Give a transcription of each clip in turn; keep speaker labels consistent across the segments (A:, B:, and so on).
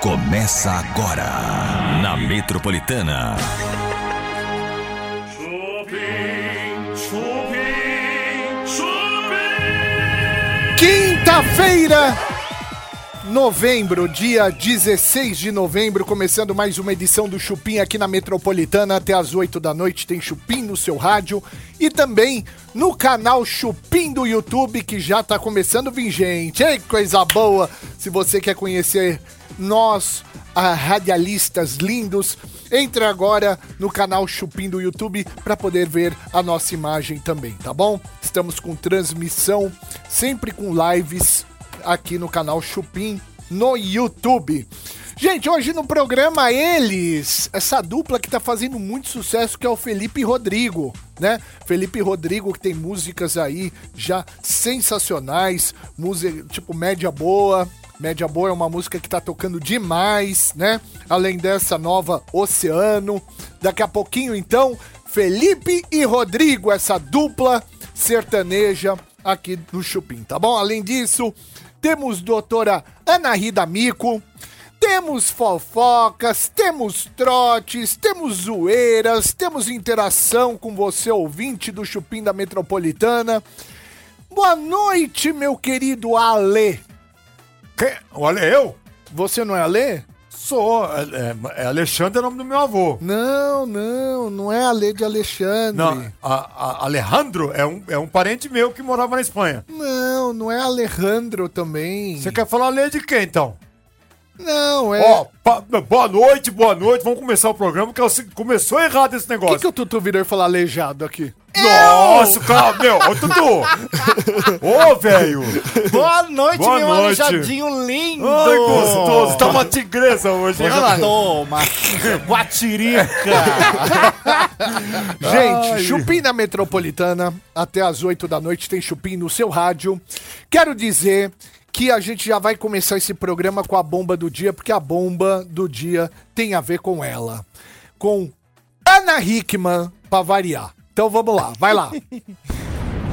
A: Começa agora na Metropolitana.
B: Chupim, chupim, chupim.
C: Quinta-feira, novembro, dia 16 de novembro, começando mais uma edição do Chupim aqui na Metropolitana. Até às 8 da noite tem Chupim no seu rádio e também no canal Chupim do YouTube, que já tá começando vir gente. Ei, coisa boa! Se você quer conhecer nós, ah, radialistas lindos, entre agora no canal Chupim do YouTube para poder ver a nossa imagem também, tá bom? Estamos com transmissão, sempre com lives aqui no canal Chupim no YouTube. Gente, hoje no programa eles, essa dupla que tá fazendo muito sucesso que é o Felipe e Rodrigo, né? Felipe e Rodrigo que tem músicas aí já sensacionais, música tipo média boa. Média boa é uma música que tá tocando demais, né? Além dessa nova Oceano, daqui a pouquinho então Felipe e Rodrigo, essa dupla sertaneja aqui no Chupim, tá bom? Além disso, temos doutora Ana Rida Mico, temos fofocas, temos trotes, temos zoeiras, temos interação com você, ouvinte do Chupim da Metropolitana. Boa noite, meu querido Ale.
D: Quem? Olha, eu
C: Você não é Ale?
D: sou. É, é Alexandre é o nome do meu avô.
C: Não, não, não é Ale de Alexandre.
D: Não, a- a- Alejandro é um, é um parente meu que morava na Espanha.
C: Não, não é Alejandro também.
D: Você quer falar lei de quem, então?
C: Não, é.
D: Ó, pa- boa noite, boa noite. Vamos começar o programa que é o seguinte, começou errado esse
C: Por que,
D: negócio.
C: que o Tutu virou e falou aleijado aqui?
D: Nossa, cara, meu, ô Tutu! Ô, velho!
E: Boa noite,
D: Boa
E: meu
D: noite.
E: aleijadinho lindo!
D: Ai, gostoso! Tá uma tigresa hoje, hein?
E: Ela toma! Guatirica!
C: Gente, Chupim na Metropolitana, até às 8 da noite tem Chupim no seu rádio. Quero dizer que a gente já vai começar esse programa com a bomba do dia, porque a bomba do dia tem a ver com ela. Com Ana Hickman, pra variar. Então vamos lá, vai lá.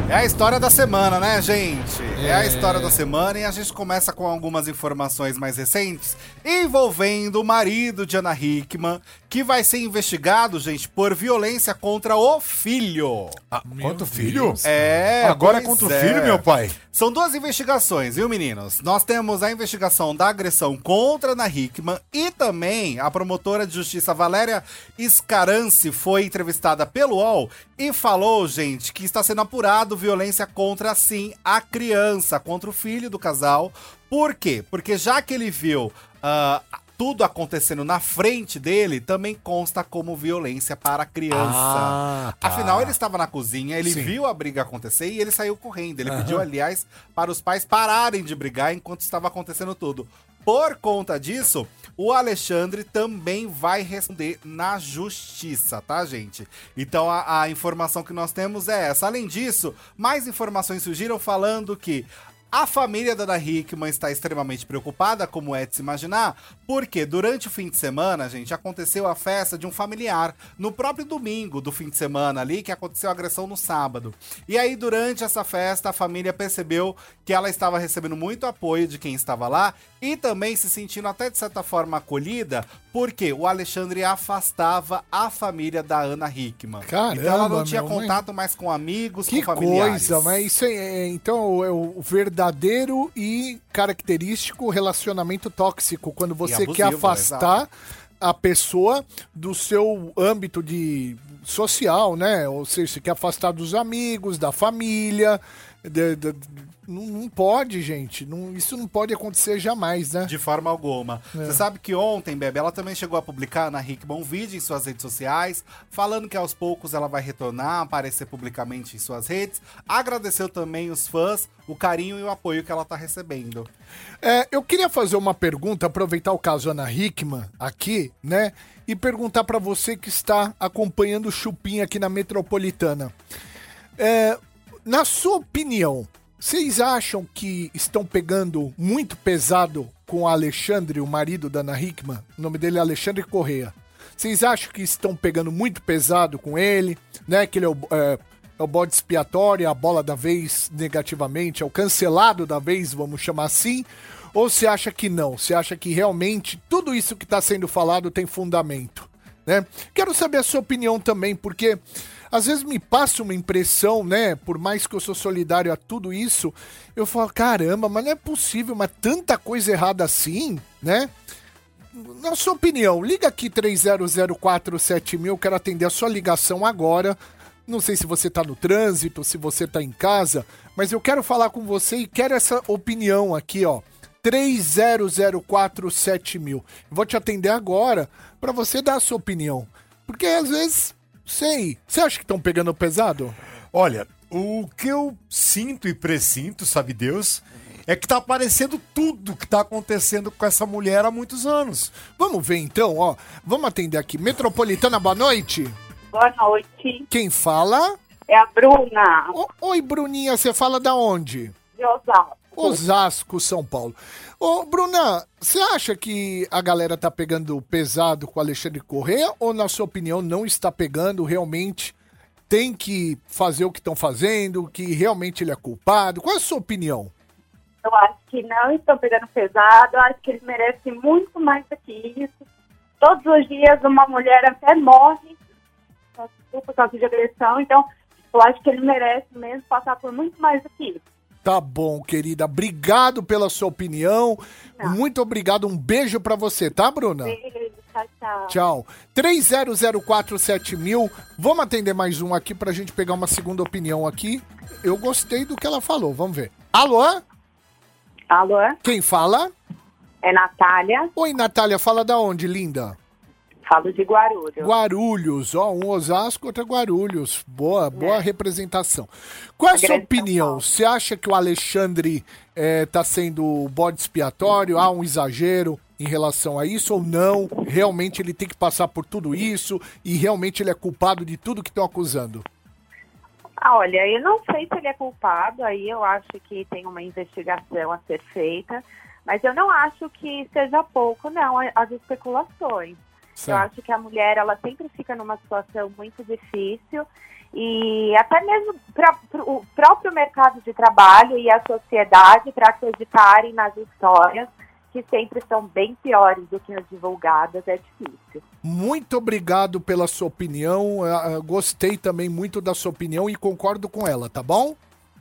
E: É a história da semana, né, gente? É. a história da semana e a gente começa com algumas informações mais recentes envolvendo o marido de Ana Hickman, que vai ser investigado, gente, por violência contra o filho.
D: Ah, Quanto filho?
E: É,
D: Agora é
E: pois
D: contra o filho, meu pai.
E: São duas investigações, viu, meninos? Nós temos a investigação da agressão contra Ana Hickman e também a promotora de justiça Valéria Scarance foi entrevistada pelo UOL e falou, gente, que está sendo apurado violência contra, sim, a criança, contra o filho do casal. Por quê? Porque já que ele viu. ah, tudo acontecendo na frente dele também consta como violência para a criança.
D: Ah, tá.
E: Afinal, ele estava na cozinha, ele viu a briga acontecer e ele saiu correndo. Ele pediu, aliás, para os pais pararem de brigar enquanto estava acontecendo tudo. Por conta disso, o Alexandre também vai responder na justiça, tá, gente? Então a, a informação que nós temos é essa. Além disso, mais informações surgiram falando que a família da Ana Hickman está extremamente preocupada, como é de se imaginar, porque durante o fim de semana, gente, aconteceu a festa de um familiar no próprio domingo do fim de semana ali, que aconteceu a agressão no sábado. E aí, durante essa festa, a família percebeu que ela estava recebendo muito apoio de quem estava lá e também se sentindo até de certa forma acolhida, porque o Alexandre afastava a família da Ana Hickman. então ela
C: Caramba,
E: não tinha
C: meu, mas-
E: contato mais com amigos,
C: Que
E: com familiares.
C: coisa, mas isso é, é, então é o verdadeiro e característico relacionamento tóxico, quando você
E: abusivo,
C: quer afastar a pessoa do seu âmbito de social, né? Ou seja, você quer afastar dos amigos, da família, de- de- de- não, não pode, gente, não- isso não pode acontecer jamais, né?
E: De forma alguma.
D: É.
E: Você sabe que ontem, Bebe, ela também chegou a publicar na Hickman um vídeo em suas redes sociais, falando que aos poucos ela vai retornar, aparecer publicamente em suas redes. Agradeceu também os fãs, o carinho e o apoio que ela tá recebendo.
C: É, eu queria fazer uma pergunta, aproveitar o caso Ana Hickman aqui, né? E perguntar pra você que está acompanhando o Chupim aqui na Metropolitana. É, na sua opinião, vocês acham que estão pegando muito pesado com o Alexandre, o marido da Ana Hickman? O nome dele é Alexandre Correa. Vocês acham que estão pegando muito pesado com ele, né? Que ele é, o, é, é o bode expiatório, é a bola da vez negativamente, é o cancelado da vez, vamos chamar assim? Ou você acha que não? Você acha que realmente tudo isso que está sendo falado tem fundamento? Né? Quero saber a sua opinião também, porque às vezes me passa uma impressão, né? Por mais que eu sou solidário a tudo isso, eu falo, caramba, mas não é possível, mas tanta coisa errada assim, né? Na sua opinião, liga aqui 30047000, eu quero atender a sua ligação agora. Não sei se você tá no trânsito, se você tá em casa, mas eu quero falar com você e quero essa opinião aqui, ó. 30047000. Vou te atender agora para você dar a sua opinião. Porque às vezes Sei. Você acha que estão pegando pesado?
D: Olha, o que eu sinto e pressinto, sabe Deus, é que tá aparecendo tudo que tá acontecendo com essa mulher há muitos anos.
C: Vamos ver então, ó. Vamos atender aqui. Metropolitana, boa noite.
F: Boa noite.
C: Quem fala?
F: É a Bruna
C: O- Oi, Bruninha, você fala da onde?
F: de Osasco.
C: Osasco, São Paulo. Ô, Bruna, você acha que a galera tá pegando pesado com o Alexandre Corrêa ou, na sua opinião, não está pegando realmente? Tem que fazer o que estão fazendo, que realmente ele é culpado? Qual é a sua opinião?
F: Eu acho que não estão pegando pesado. Eu acho que eles merecem muito mais do que isso. Todos os dias uma mulher até morre por causa de agressão. Então, eu acho que ele merece mesmo passar por muito mais do que isso.
C: Tá bom, querida. Obrigado pela sua opinião.
F: Tá.
C: Muito obrigado. Um beijo pra você, tá, Bruna?
F: Beijo, tchau, tchau.
C: Tchau. 30047000. Vamos atender mais um aqui pra gente pegar uma segunda opinião aqui. Eu gostei do que ela falou. Vamos ver. Alô?
F: Alô?
C: Quem fala?
F: É Natália.
C: Oi, Natália. Fala da onde, linda?
F: Falo de Guarulhos.
C: Guarulhos. Ó, um Osasco, outro é Guarulhos. Boa, boa representação. Qual é a sua
F: Grande São
C: opinião?
F: Paulo.
C: Você acha que o Alexandre eh, tá sendo o bode expiatório? Há um exagero em relação a isso ou não? Realmente ele tem que passar por tudo isso e realmente ele é culpado de tudo que estão acusando?
F: Ah, olha, eu não sei se ele é culpado, aí eu acho que tem uma investigação a ser feita, mas eu não acho que seja pouco, não, as especulações.
C: Tá.
F: Eu acho que a mulher, ela sempre fica numa situação muito difícil e até mesmo pra- pro- o próprio mercado de trabalho e a sociedade para acreditarem nas histórias que sempre são bem piores do que as divulgadas, é difícil.
C: Muito obrigado pela sua opinião. eh, eh, Gostei também muito da sua opinião e concordo com ela, tá bom?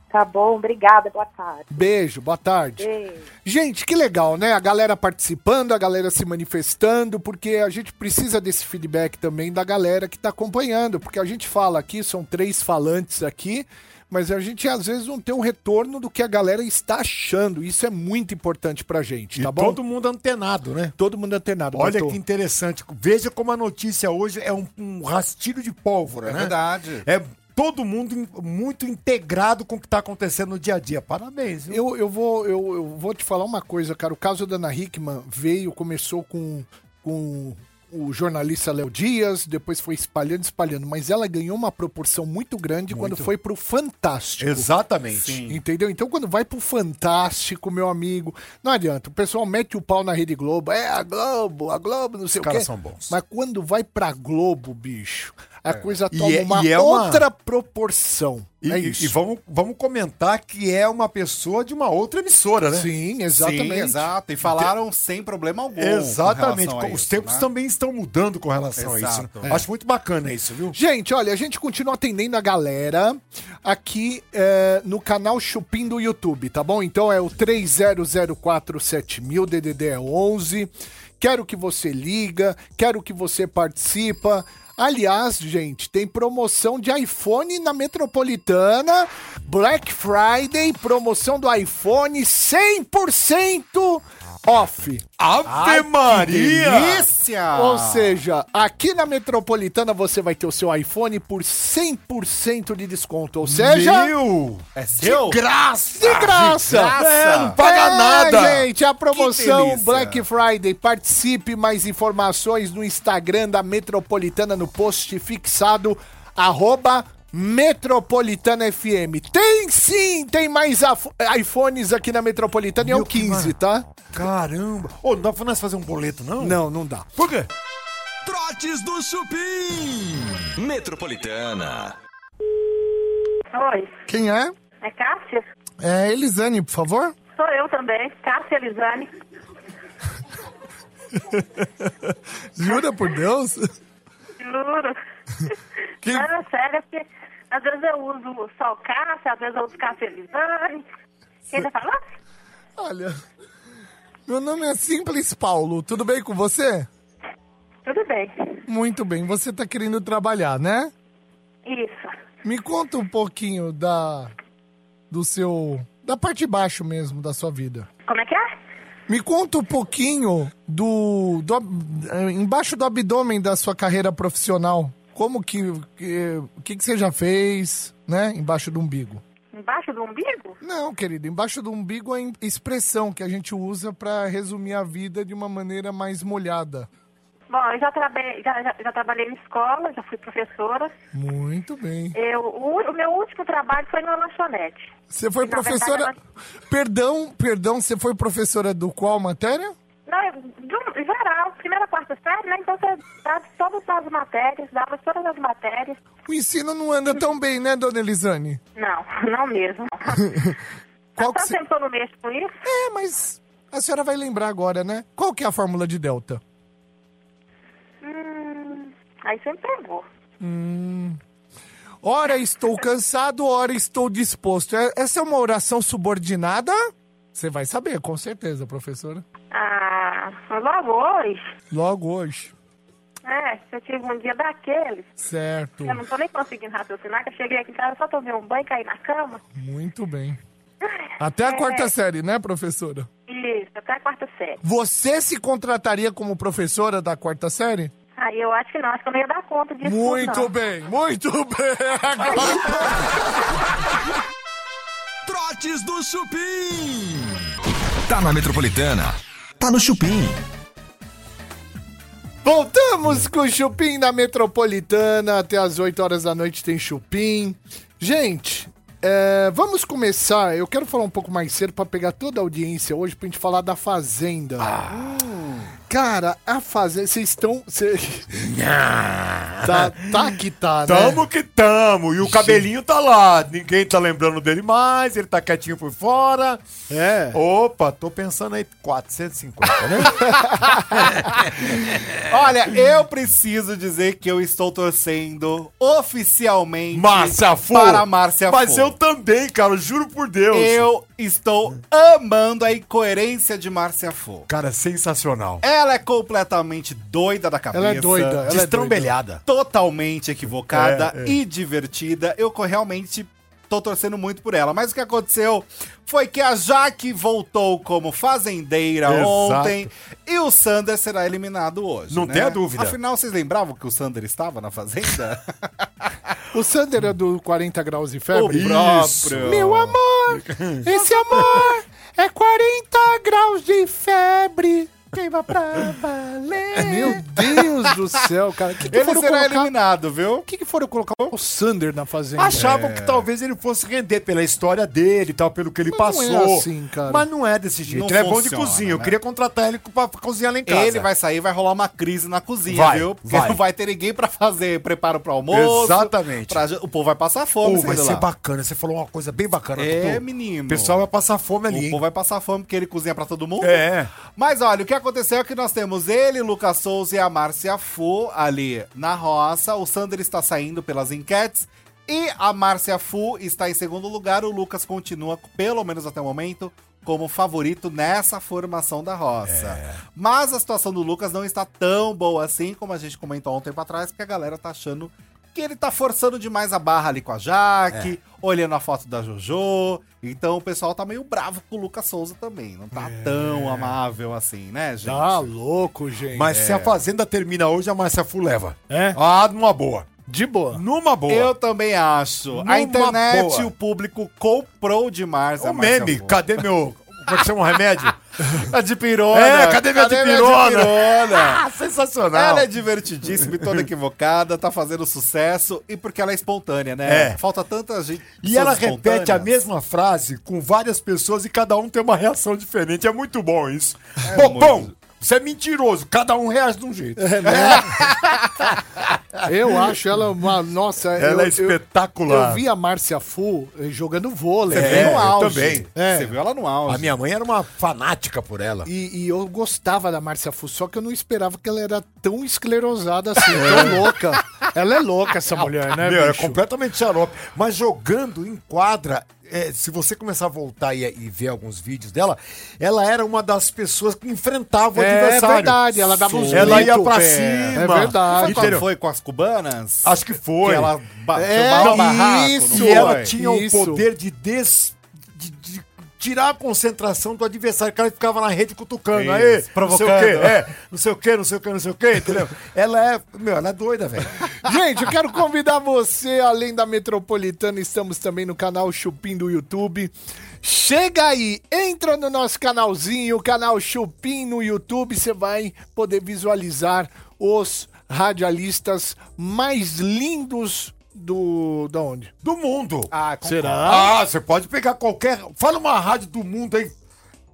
F: Tá bom, obrigada, boa tarde.
C: Beijo, boa tarde.
F: Beijo.
C: Gente, que legal, né? A galera participando, a galera se manifestando, porque a gente precisa desse feedback também da galera que tá acompanhando, porque a gente fala aqui, são três falantes aqui, mas a gente às vezes não tem o retorno do que a galera está achando. Isso é muito importante pra gente,
D: E
C: tá bom?
D: todo mundo antenado, né?
C: Todo mundo antenado.
D: Olha
C: Bartô.
D: que interessante. Veja como a notícia hoje é um, um rastilho de pólvora,
E: É
D: né?
E: verdade.
D: É todo mundo in- muito integrado com o que tá acontecendo no dia a dia. Parabéns, viu?
C: Eu, eu, vou, eu, eu vou te falar uma coisa, cara. O caso da Ana Hickman veio, começou com, com o jornalista Léo Dias, depois foi espalhando, espalhando. Mas ela ganhou uma proporção muito grande quando foi pro Fantástico.
D: Exatamente.
C: Entendeu? Então, quando vai pro Fantástico, meu amigo, não adianta. O pessoal mete o pau na Rede Globo. É, a Globo, a Globo, não sei
D: Os
C: o quê.
D: caras são bons.
C: Mas quando vai pra Globo, bicho, a coisa
D: E
C: toma
D: é-
C: uma
D: e é uma-
C: outra proporção.
D: E,
C: é
D: e-
C: isso.
D: e vamos, vamos comentar que é uma pessoa de uma outra emissora, né?
C: Sim, exatamente.
E: Sim, exato. E falaram sem problema algum. com
D: Exatamente.
E: relação a
D: Os
E: isso,
D: tempos
E: né?
D: também estão mudando com relação a
E: Exato.
D: isso. né? Acho muito bacana isso, viu?
C: Gente, olha, a gente continua atendendo a galera aqui é, no canal Chupim do YouTube, tá bom? Então é o 30047000, DDD é 11. Quero que você liga, quero que você participa. Aliás, gente, tem promoção de iPhone na Metropolitana, Black Friday, promoção do iPhone 100% off.
D: Ave Maria!
E: Delícia!
C: Ou seja, aqui na Metropolitana você vai ter o seu iPhone por 100% de desconto. Ou seja,
D: Meu!
E: É seu?
D: Graça!
C: de graça!
E: graça!
D: É, não paga
C: É,
D: nada!
C: gente, a
E: Que
C: promoção
E: delícia.
C: Black Friday. Participe, mais informações no Instagram da Metropolitana, no post fixado, arroba Metropolitana FM. Tem sim, tem mais afo- iPhones aqui na Metropolitana, é o
D: Meu, que
C: 15,
D: mara-
C: tá?
D: Caramba! Ô, não dá pra nós fazer um boleto, não?
C: Não, não dá.
D: Por quê?
A: Trotes do Chupim. Metropolitana.
G: Oi,
C: Quem é?
G: é Cássia?
C: É Elisane, por favor.
G: Sou eu também, Cássia Elisane.
C: Jura por Deus?
G: Juro.
C: Que-
G: Não, é sério, é porque às vezes eu uso só o Cássia, às vezes eu uso Cássia Elisane. Quem tá falando?
C: Olha, meu nome é Simples Paulo. Tudo bem com você?
G: Tudo bem.
C: Muito bem. Você tá querendo trabalhar, né?
G: Isso.
C: Me conta um pouquinho da do seu da parte de baixo mesmo da sua vida.
G: Como é que é?
C: Me conta um pouquinho do, do ab- eh, embaixo do abdômen da sua carreira profissional. Como que que- o que, que você já fez, né? Embaixo do umbigo.
G: Embaixo do umbigo?
C: Não, querido, embaixo do umbigo é a expressão que a gente usa pra resumir a vida de uma maneira mais molhada.
G: Bom, eu já, trabe- já, já- já trabalhei em escola, já fui professora.
C: Muito bem.
G: Eu, o, o meu último trabalho foi numa lanchonete.
C: Você foi
G: Na verdade,
C: professora. Perdão, perdão, você foi professora do qual matéria?
G: Não, eu, de um- em geral, primeira, quarta série, né? Então você dava todas as matérias, dava todas as matérias.
C: O ensino não anda tão bem, né, dona Elisane?
G: Não, não mesmo.
C: Qual que
G: Tanto
C: se...
G: tempo que eu não mexo com isso.
C: É, mas a senhora vai lembrar agora, né? Qual que é a fórmula de delta?
G: Hum, aí você me pegou.
C: Ora estou cansado, ora estou disposto. É- Essa é uma oração subordinada? Você vai saber, com certeza, professora.
G: Ah, mas logo hoje,
C: Logo hoje.
G: é, eu tive um dia daqueles.
C: Certo.
G: Eu não tô nem conseguindo raciocinar, que eu cheguei aqui em casa, só tomei um banho e caí na cama.
C: Muito bem. Até a
G: É.
C: quarta série, né, professora?
G: Isso, até a quarta série.
C: Você se contrataria como professora da quarta série?
G: Aí eu acho que não, acho que eu não ia dar conta disso. tudo,
C: Muito
G: não.
C: bem, muito bem. Agora-
A: Trotes do Chupim. Tá na Metropolitana. Tá no Chupim.
C: Voltamos com o Chupim da Metropolitana. Até às 8 horas da noite tem Chupim. Gente, é, vamos começar. Eu quero falar um pouco mais cedo pra pegar toda a audiência hoje pra gente falar da Fazenda. Hum. Cara, a Fazenda. Vocês estão. cê- tá, tá que tá, né?
D: Tamo que tamo. E o cabelinho tá lá. Ninguém tá lembrando dele mais. Ele tá quietinho por fora.
C: É.
D: Opa, tô pensando aí. 450, né?
E: É. Olha, eu preciso dizer que eu estou torcendo oficialmente
D: Márcia Fu.
E: para a Márcia
D: Mas
E: Fu.
D: eu também, cara. Juro por Deus.
E: Eu estou amando a incoerência de Márcia Fu.
D: Cara, é sensacional.
E: Ela é completamente doida da cabeça.
C: Ela é doida. Ela é
D: Destrambelhada.
E: Totalmente equivocada
D: É, é.
E: e divertida. Eu co- realmente tô torcendo muito por ela. Mas o que aconteceu foi que a Jaque voltou como fazendeira
D: Exato.
E: ontem e o Sander será eliminado hoje.
D: Não
E: né?
D: tenha dúvida.
E: Afinal, vocês lembravam que o Sander estava na fazenda?
C: O Sander é do 40 Graus de Febre?
D: Isso.
C: Meu amor, esse amor é 40 graus de febre. Queima pra
D: É,
C: valer. Meu Deus do céu, cara. O que, que
E: Ele
C: foram
E: será
C: colocar?
E: eliminado, viu? É.
C: O que, que foram colocar o Sander na fazenda?
D: Achavam que talvez ele fosse render pela história dele e tal, pelo que ele
C: Mas não
D: passou.
C: é assim, cara.
D: Mas não é desse jeito.
E: Não
D: ele é bom de
E: funciona,
D: cozinha. Eu
E: né?
D: queria contratar ele pra cozinhar lá em casa.
E: Ele vai sair, vai rolar uma crise na cozinha,
D: Vai,
E: viu? Porque
D: vai.
E: não vai ter ninguém pra fazer preparo pro almoço.
D: Exatamente.
E: pra jan- o povo vai passar fome,
D: Pô,
E: sendo
D: vai ser
E: lá.
D: bacana. Você falou uma coisa bem bacana.
E: É,
D: Tutu.
E: menino.
D: O pessoal vai passar fome ali,
E: O povo
D: hein?
E: vai passar fome porque ele cozinha pra todo mundo.
D: É.
E: Mas olha, o que aconteceu é que nós temos ele, Lucas Souza e a Márcia Fu ali na roça. O Sander está saindo pelas enquetes. E a Márcia Fu está em segundo lugar. O Lucas continua, pelo menos até o momento, como favorito nessa formação da roça. Mas a situação do Lucas não está tão boa assim, como a gente comentou há um tempo atrás, porque a galera tá achando que ele tá forçando demais a barra ali com a
D: É.
E: Jaque, olhando a foto da Jojo. Então o pessoal tá meio bravo com o Lucas Souza também. Não
D: É.
E: tá tão amável assim, né, gente?
C: Tá louco, gente.
D: Mas se a Fazenda termina hoje, a Márcia Fu leva.
C: É?
D: Ah, numa boa.
C: De boa.
D: Numa boa.
E: Eu também acho.
D: Numa
E: a internet
D: boa.
E: e o público comprou demais
D: O
E: a Márcia
D: meme,
E: Fu.
D: cadê meu... Como é que chama o remédio?
E: A de pirona.
D: É, cadê minha dipirona?
E: dipirona?
D: ah, sensacional.
E: Ela é divertidíssima e toda equivocada, tá fazendo sucesso e porque ela é espontânea, né?
D: É.
E: Falta tanta gente.
D: E ela
E: pessoas
D: repete a
E: espontâneas.
D: mesma frase com várias pessoas e cada um tem uma reação diferente. É muito bom isso. bobão!
E: muito.
D: Você é mentiroso, cada um reage de um jeito.
C: É, Eu acho ela uma. Nossa,
D: Ela
C: eu-
D: é espetacular.
C: Eu, eu vi a Márcia Fu eh, jogando vôlei.
D: Você
C: né?
E: no
D: viu? eu
E: auge.
D: também.
C: É.
E: Você viu ela no auge.
H: A minha mãe era uma fanática por ela.
C: E, e eu gostava da Márcia Fu, só que eu não esperava que ela era tão esclerosada assim, tão louca. Ela é louca, essa mulher, né?
D: Meu, era
C: bicho?
H: Completamente xarope. Mas jogando em quadra, é, se você começar a voltar e, e ver alguns vídeos dela, ela era uma das pessoas que enfrentava o
C: É
H: adversário.
C: verdade, ela dava uns
D: Ela
C: gritos,
D: ia pra
C: é,
D: cima.
C: É verdade.
E: Sabe quando
D: Entendeu?
E: foi com as cubanas?
D: Acho que foi.
E: Que ela bateu
C: É,
E: mal
C: isso,
E: barraco.
C: Isso,
D: e ela
C: ué.
D: tinha
C: Isso.
D: o poder de, des- de- de tirar a concentração do adversário. O cara ficava na rede cutucando.
H: Isso,
D: aí,
H: provocando.
D: Não sei o quê, é, não sei o quê, não sei o quê, não sei o quê. Entendeu? ela é. Meu, ela é doida, velho.
C: Gente, eu quero convidar você, além da Metropolitana, estamos também no canal Chupim do YouTube. Chega aí, entra no nosso canalzinho, o canal Chupim no YouTube, você vai poder visualizar os radialistas mais lindos do. da onde?
D: Do mundo.
E: Ah, com-
D: Ah, você pode pegar qualquer. Fala uma rádio do mundo aí.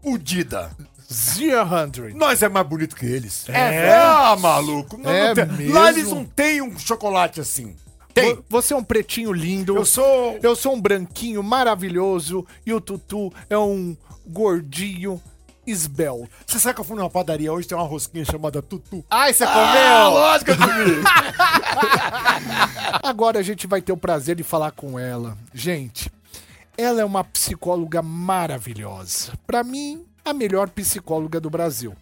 D: Udida.
C: Zero Hundred.
D: Nós é mais bonito que eles. É, ah, maluco. Não,
C: É
D: não tem-
C: mesmo?
D: Lá eles não têm um chocolate assim. Tem.
C: Vo- Você é um pretinho lindo.
D: Eu sou.
C: Eu sou um branquinho maravilhoso e o Tutu é um gordinho esbelto.
D: Você sabe que eu fui numa padaria hoje, tem uma rosquinha chamada Tutu.
E: Ai, você
D: Ah,
E: comeu!
D: lógico que eu comi.
C: Agora a gente vai ter o prazer de falar com ela. Gente, ela é uma psicóloga maravilhosa. Pra mim, a melhor psicóloga do Brasil.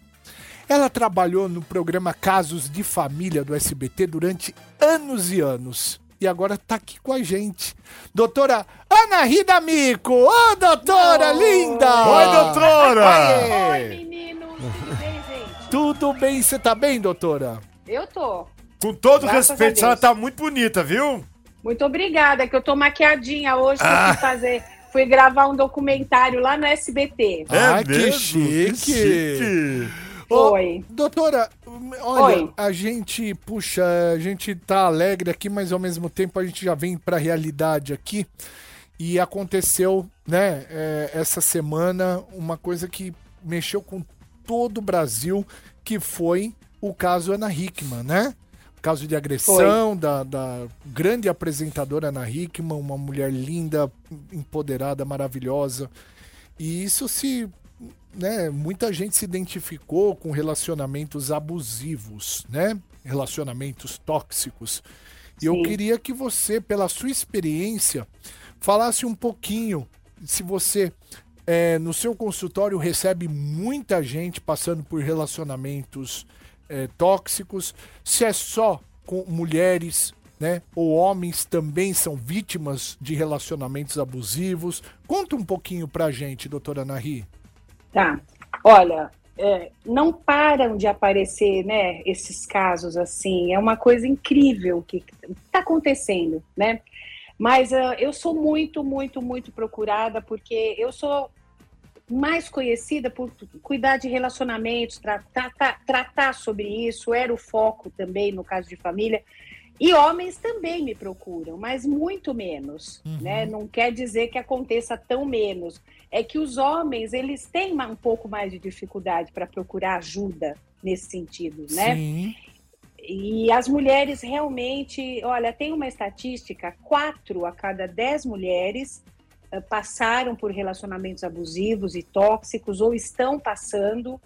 C: Ela trabalhou no programa Casos de Família do SBT durante anos e anos. E agora tá aqui com a gente. Doutora Ana Rida Mico. Ô, doutora linda!
D: Oi, doutora!
G: Oi, meninos, tudo bem, gente?
C: Tudo bem? Você tá bem, doutora?
G: Eu tô.
D: Com todo
G: Graças a
D: respeito,
G: Deus.
D: ela tá muito bonita, viu?
G: Muito obrigada, que eu tô maquiadinha hoje, que eu fui fazer, fui gravar um documentário lá no SBT.
C: Ai, Ah, que
D: mesmo?
C: chique. Ô,
G: Oi.
C: Doutora, olha,
G: Oi.
C: a gente, puxa, a gente tá alegre aqui, mas ao mesmo tempo a gente já vem pra realidade aqui. E aconteceu, né, é, essa semana, uma coisa que mexeu com todo o Brasil, que foi o caso Ana Hickman, né? O caso de agressão da, da grande apresentadora Ana Hickman, uma mulher linda, empoderada, maravilhosa. E isso se né, muita gente se identificou com relacionamentos abusivos, né? Relacionamentos tóxicos. E eu
G: Sim.
C: queria que você, pela sua experiência, falasse um pouquinho se você é, no seu consultório recebe muita gente passando por relacionamentos é, tóxicos, se é só com mulheres, né? Ou homens também são vítimas de relacionamentos abusivos. Conta um pouquinho pra gente, doutora Nahi.
G: Tá. Olha, é, não param de aparecer, né, esses casos assim. É uma coisa incrível o que está acontecendo, né? Mas ah, eu sou muito, muito, muito procurada porque eu sou mais conhecida por cuidar de relacionamentos, tratar, tra- tratar sobre isso, era o foco também no caso de família. E homens também me procuram, mas muito menos, né? Não quer dizer que aconteça tão menos é que os homens eles têm ma- um pouco mais de dificuldade para procurar ajuda nesse sentido, né?
C: Sim.
G: E as mulheres realmente, olha, tem uma estatística, quatro a cada dez mulheres eh, passaram por relacionamentos abusivos e tóxicos ou estão passando,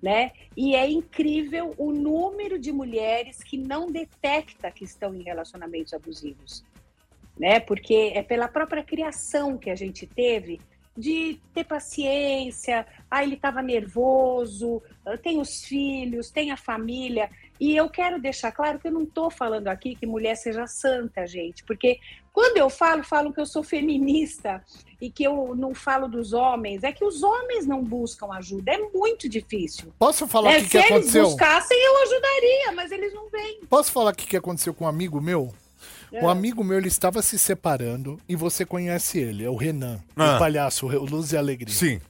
G: né? E é incrível o número de mulheres que não detecta que estão em relacionamentos abusivos, né? Porque é pela própria criação que a gente teve de ter paciência, ah, ele estava nervoso, ah, tem os filhos, tem a família, e eu quero deixar claro que eu não estou falando aqui que mulher seja santa, gente, porque quando eu falo, falo que eu sou feminista e que eu não falo dos homens. É que os homens não buscam ajuda, é muito difícil.
C: Posso falar o
G: É,
C: que,
G: se
C: que
G: eles
C: aconteceu?
G: buscassem, eu ajudaria, mas eles não vêm.
C: Posso falar o que, que aconteceu com um amigo meu?
G: É.
C: Um amigo meu, ele estava se separando e você conhece ele, é o Renan,
D: Ah.
C: o palhaço, o Luz e Alegria.
D: Sim.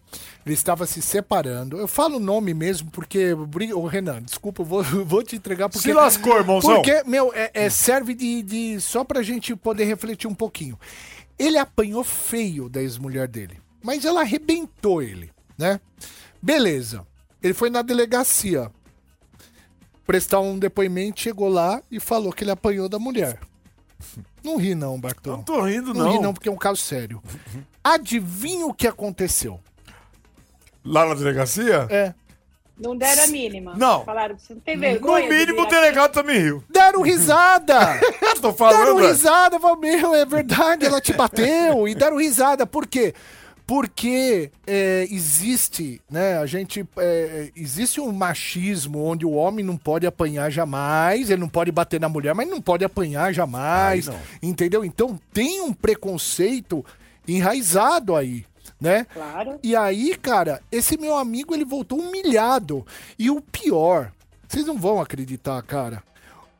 C: Ele estava se separando. Eu falo o nome mesmo porque. bri- Ô, Renan, desculpa, eu vou, vou te entregar porque.
D: Se lascou, irmãozão.
C: Porque, meu, é, é, serve de, de. Só pra gente poder refletir um pouquinho. Ele apanhou feio da ex-mulher dele, mas ela arrebentou ele, né? Beleza. Ele foi na delegacia prestar um depoimento, chegou lá e falou que ele apanhou da mulher. Não ri não, Bartão.
H: Não tô rindo, não.
C: Não ri não, porque é um caso sério. Adivinha o que aconteceu?
H: Lá na delegacia?
C: É.
G: Não deram a mínima.
H: Não.
G: Falaram que você não tem
H: No
G: vergonha. de vir
H: mínimo, o
G: aqui?"
H: delegado
D: tá
H: também riu.
C: Deram risada!
H: Tô
C: deram
H: falando. é.
C: risada, falou, meu, é verdade, ela te bateu. E deram risada, por quê? Porque é, existe, né, a gente, é, existe um machismo onde o homem não pode apanhar jamais, ele não pode bater na mulher, mas não pode apanhar jamais, entendeu? Então tem um preconceito enraizado aí, né?
G: Claro.
C: E aí, cara, esse meu amigo ele voltou humilhado. E o pior, vocês não vão acreditar, cara.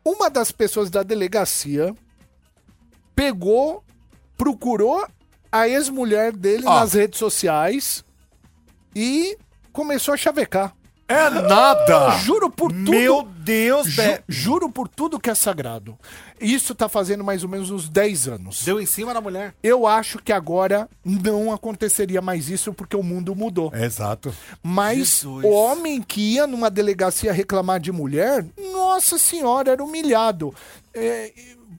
C: Uma das pessoas da delegacia pegou, procurou a ex-mulher dele
H: Ah.
C: nas redes sociais e começou a chavecar.
H: É nada.
C: Juro por tudo.
H: Meu Deus,
C: Ju-
H: Beto.
C: juro por tudo que é sagrado. Isso tá fazendo mais ou menos uns 10 anos.
E: Deu em cima da mulher.
C: Eu acho que agora não aconteceria mais isso porque o mundo mudou.
H: Exato.
C: Mas
E: Jesus.
C: o homem que ia numa delegacia reclamar de mulher, nossa senhora, era humilhado. É,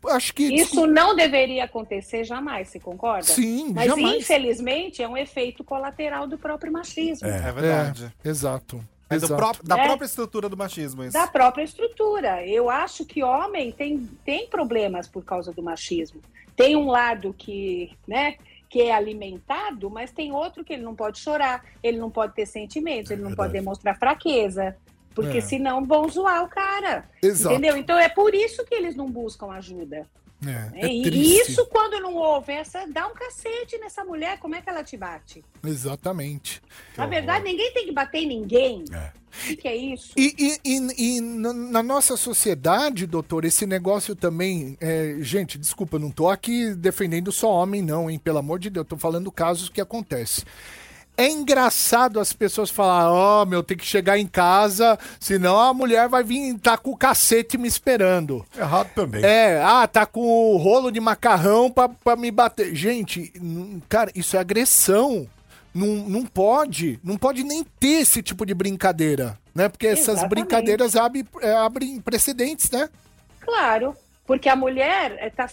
C: acho que.
G: Isso não deveria acontecer jamais, você concorda?
C: Sim,
G: Mas
C: jamais.
G: infelizmente é um efeito colateral do próprio machismo.
E: É
C: É, exato.
E: É do
C: exato.
E: pró- da
G: É.
E: própria estrutura do machismo, isso.
G: Da própria estrutura. Eu acho que homem tem, tem problemas por causa do machismo. Tem um lado que, né, que é alimentado, mas tem outro que ele não pode chorar, ele não pode ter sentimentos, ele não pode demonstrar fraqueza. Porque
C: É.
G: senão vão zoar o cara.
C: Exato.
G: Entendeu? Então é por isso que eles não buscam ajuda. E-
C: É, é
G: e
C: triste.
G: isso, quando não houve, essa, dá um cacete nessa mulher, como é que ela te bate?
C: Exatamente.
G: Na verdade, ninguém tem que bater em ninguém. O que, que é isso?
C: E, e- e- e na na nossa sociedade, doutor, esse negócio também. é, gente, desculpa, eu não tô aqui defendendo só homem, não, hein? Pelo amor de Deus, tô falando casos que acontecem. É engraçado as pessoas falar, ó, meu, tem que chegar em casa, senão a mulher vai vir tá com o cacete me esperando.
H: Errado também.
C: É, ah, tá com o rolo de macarrão pra, pra me bater. Gente, n- cara, isso é agressão. Não, não pode, não pode nem ter esse tipo de brincadeira, né? Porque essas
G: Exatamente.
C: brincadeiras abrem, é, abrem precedentes, né?
G: Claro, porque a mulher está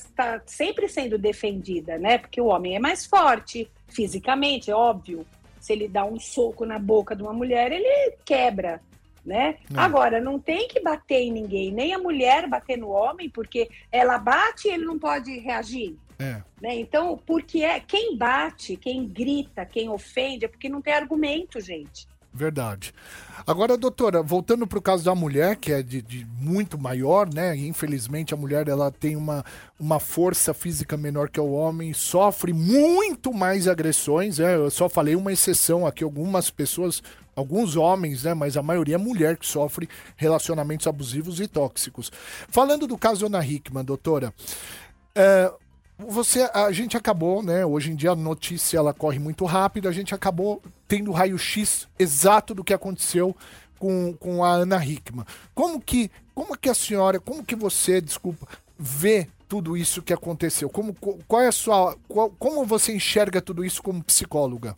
G: sempre sendo defendida, né? Porque o homem é mais forte fisicamente, é óbvio. Se ele dá um soco na boca de uma mulher, ele quebra, né? Agora, não tem que bater em ninguém, nem a mulher bater no homem, porque ela bate e ele não pode reagir.
C: É.
G: Né? Então, porque é quem bate, quem grita, quem ofende, é porque não tem argumento, gente.
C: Verdade. Agora, doutora, voltando para o caso da mulher, que é de, de muito maior, né? E, Infelizmente, a mulher ela tem uma, uma força física menor que o homem, sofre muito mais agressões. né? Eu só falei uma exceção aqui, algumas pessoas, alguns homens, né? Mas a maioria é mulher que sofre relacionamentos abusivos e tóxicos. Falando do caso Ana Hickman, doutora, é, você, a gente acabou, né? Hoje em dia a notícia ela corre muito rápido, a gente acabou tendo o raio-x exato do que aconteceu com, com a Ana Hickman. Como que, como que a senhora, como que você, desculpa, vê tudo isso que aconteceu? Como, co- qual é a sua, qual- como você enxerga tudo isso como psicóloga?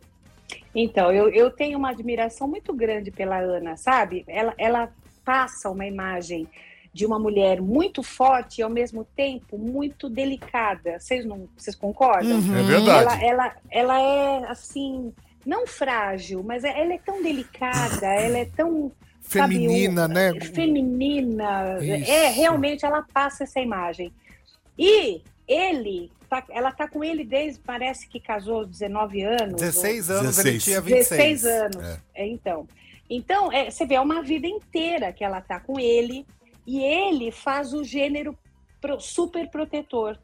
G: Então, eu, eu tenho uma admiração muito grande pela Ana, sabe? Ela, ela passa uma imagem de uma mulher muito forte e, ao mesmo tempo, muito delicada. Vocês não, vocês concordam?
C: Uhum.
H: É
G: Ela,
H: verdade.
G: ela, ela é, assim, não frágil, mas é- ela é tão delicada, ela é tão sabe,
C: Feminina,
G: um-
C: né?
G: Feminina.
C: Isso.
G: É, realmente, ela passa essa imagem. E ele, tá- ela tá com ele desde, parece que casou aos 19 anos. ou-
E: 16 anos, ele
H: 16.
E: tinha 26.
G: 16 anos. É, então, então é, você vê, é uma vida inteira que ela tá com ele e ele faz o gênero pro- super protetor,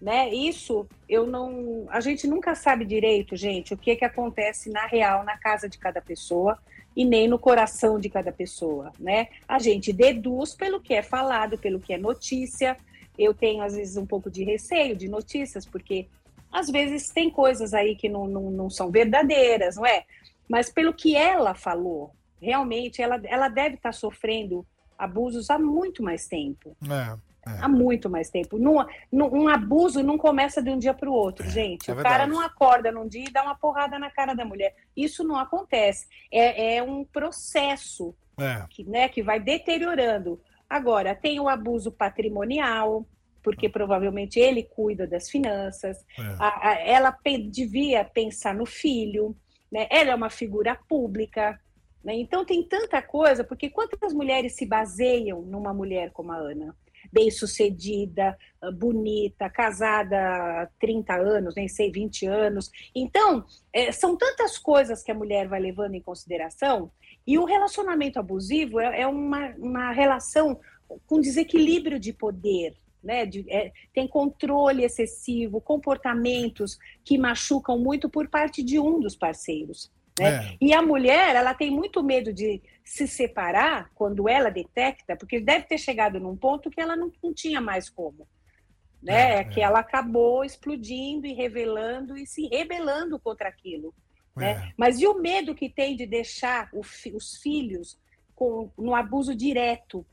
G: né? Isso eu não, a gente nunca sabe direito, gente, o que que acontece na real na casa de cada pessoa e nem no coração de cada pessoa, né? A gente deduz pelo que é falado, pelo que é notícia. Eu tenho às vezes um pouco de receio de notícias porque às vezes tem coisas aí que não, não, não são verdadeiras, não é? Mas pelo que ela falou, tá realmente ela, ela deve estar sofrendo abusos há muito mais tempo.
C: É, é.
G: há muito mais tempo. Num, num- um abuso não começa de um dia para o outro, gente.
H: é
G: o cara
H: verdade.
G: não acorda num dia e dá uma porrada na cara da mulher. Isso não acontece. É, é um processo
C: É.
G: que, né, que vai deteriorando. Agora, tem o abuso patrimonial, porque provavelmente ele cuida das finanças, A- a- ela pe- devia pensar no filho, né? ela é uma figura pública. né? Então, tem tanta coisa, porque quantas mulheres se baseiam numa mulher como a Ana? Bem-sucedida, ah, bonita, casada há 30 anos, nem sei, 20 anos. Então, eh, são tantas coisas que a mulher vai levando em consideração e o relacionamento abusivo é, é uma, uma relação com desequilíbrio de poder. Né? De- é, tem controle excessivo, comportamentos que machucam muito por parte de um dos parceiros. né? E a mulher, ela tem muito medo de se separar quando ela detecta, porque deve ter chegado num ponto que ela não, não tinha mais como. Né? É, que ela acabou explodindo e revelando e se rebelando contra aquilo né? Mas e o medo que tem de deixar o fi- os filhos com, no abuso direto?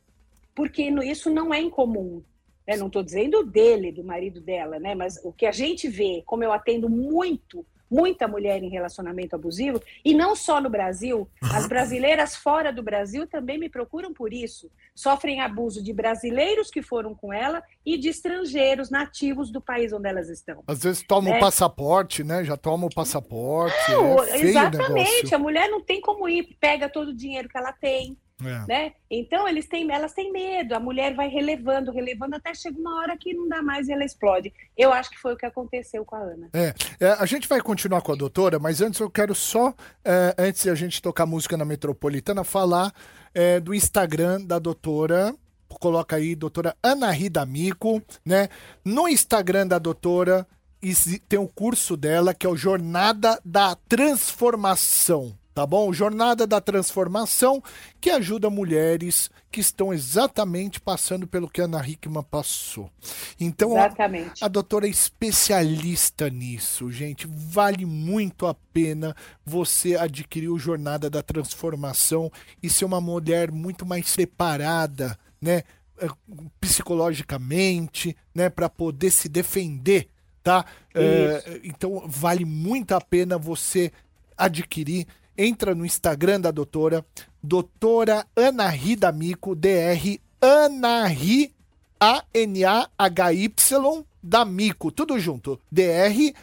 G: Porque no- isso não é incomum. né? Não estou dizendo dele, do marido dela, né? mas o que a gente vê, como eu atendo muito, muita mulher em relacionamento abusivo, e não só no Brasil, as brasileiras fora do Brasil também me procuram por isso. Sofrem abuso de brasileiros que foram com ela e de estrangeiros nativos do país onde elas estão.
C: Às vezes toma o
G: É.
C: passaporte, né? Já toma o passaporte.
G: Não,
C: é feio o
G: exatamente,
C: negócio.
G: a mulher não tem como ir, pega todo o dinheiro que ela tem,
C: É.
G: né? Então eles têm, elas têm medo, a mulher vai relevando, relevando, até chega uma hora que não dá mais e ela explode. Eu acho que foi o que aconteceu com a Ana.
C: É, é, a gente vai continuar com a doutora, mas antes eu quero só, é, antes de a gente tocar música na Metropolitana, falar é, do Instagram da doutora. Coloca aí, doutora Ana Rida Mico, né? No Instagram da doutora exi- tem um curso dela que é o Jornada da Transformação, tá bom? Jornada da Transformação que ajuda mulheres que estão exatamente passando pelo que a Ana Hickman passou. Então, ó,
G: Exatamente.
C: a doutora é especialista nisso, gente. Vale muito a pena você adquirir o Jornada da Transformação e ser uma mulher muito mais preparada, né? eh, Psicologicamente, né? Para poder se defender, tá? Eh, então, vale muito a pena você adquirir. Entra no Instagram da doutora, doutora Ana Rida Mico, DR Ana Ri a-N-A-H-Y da Mico, tudo junto. DR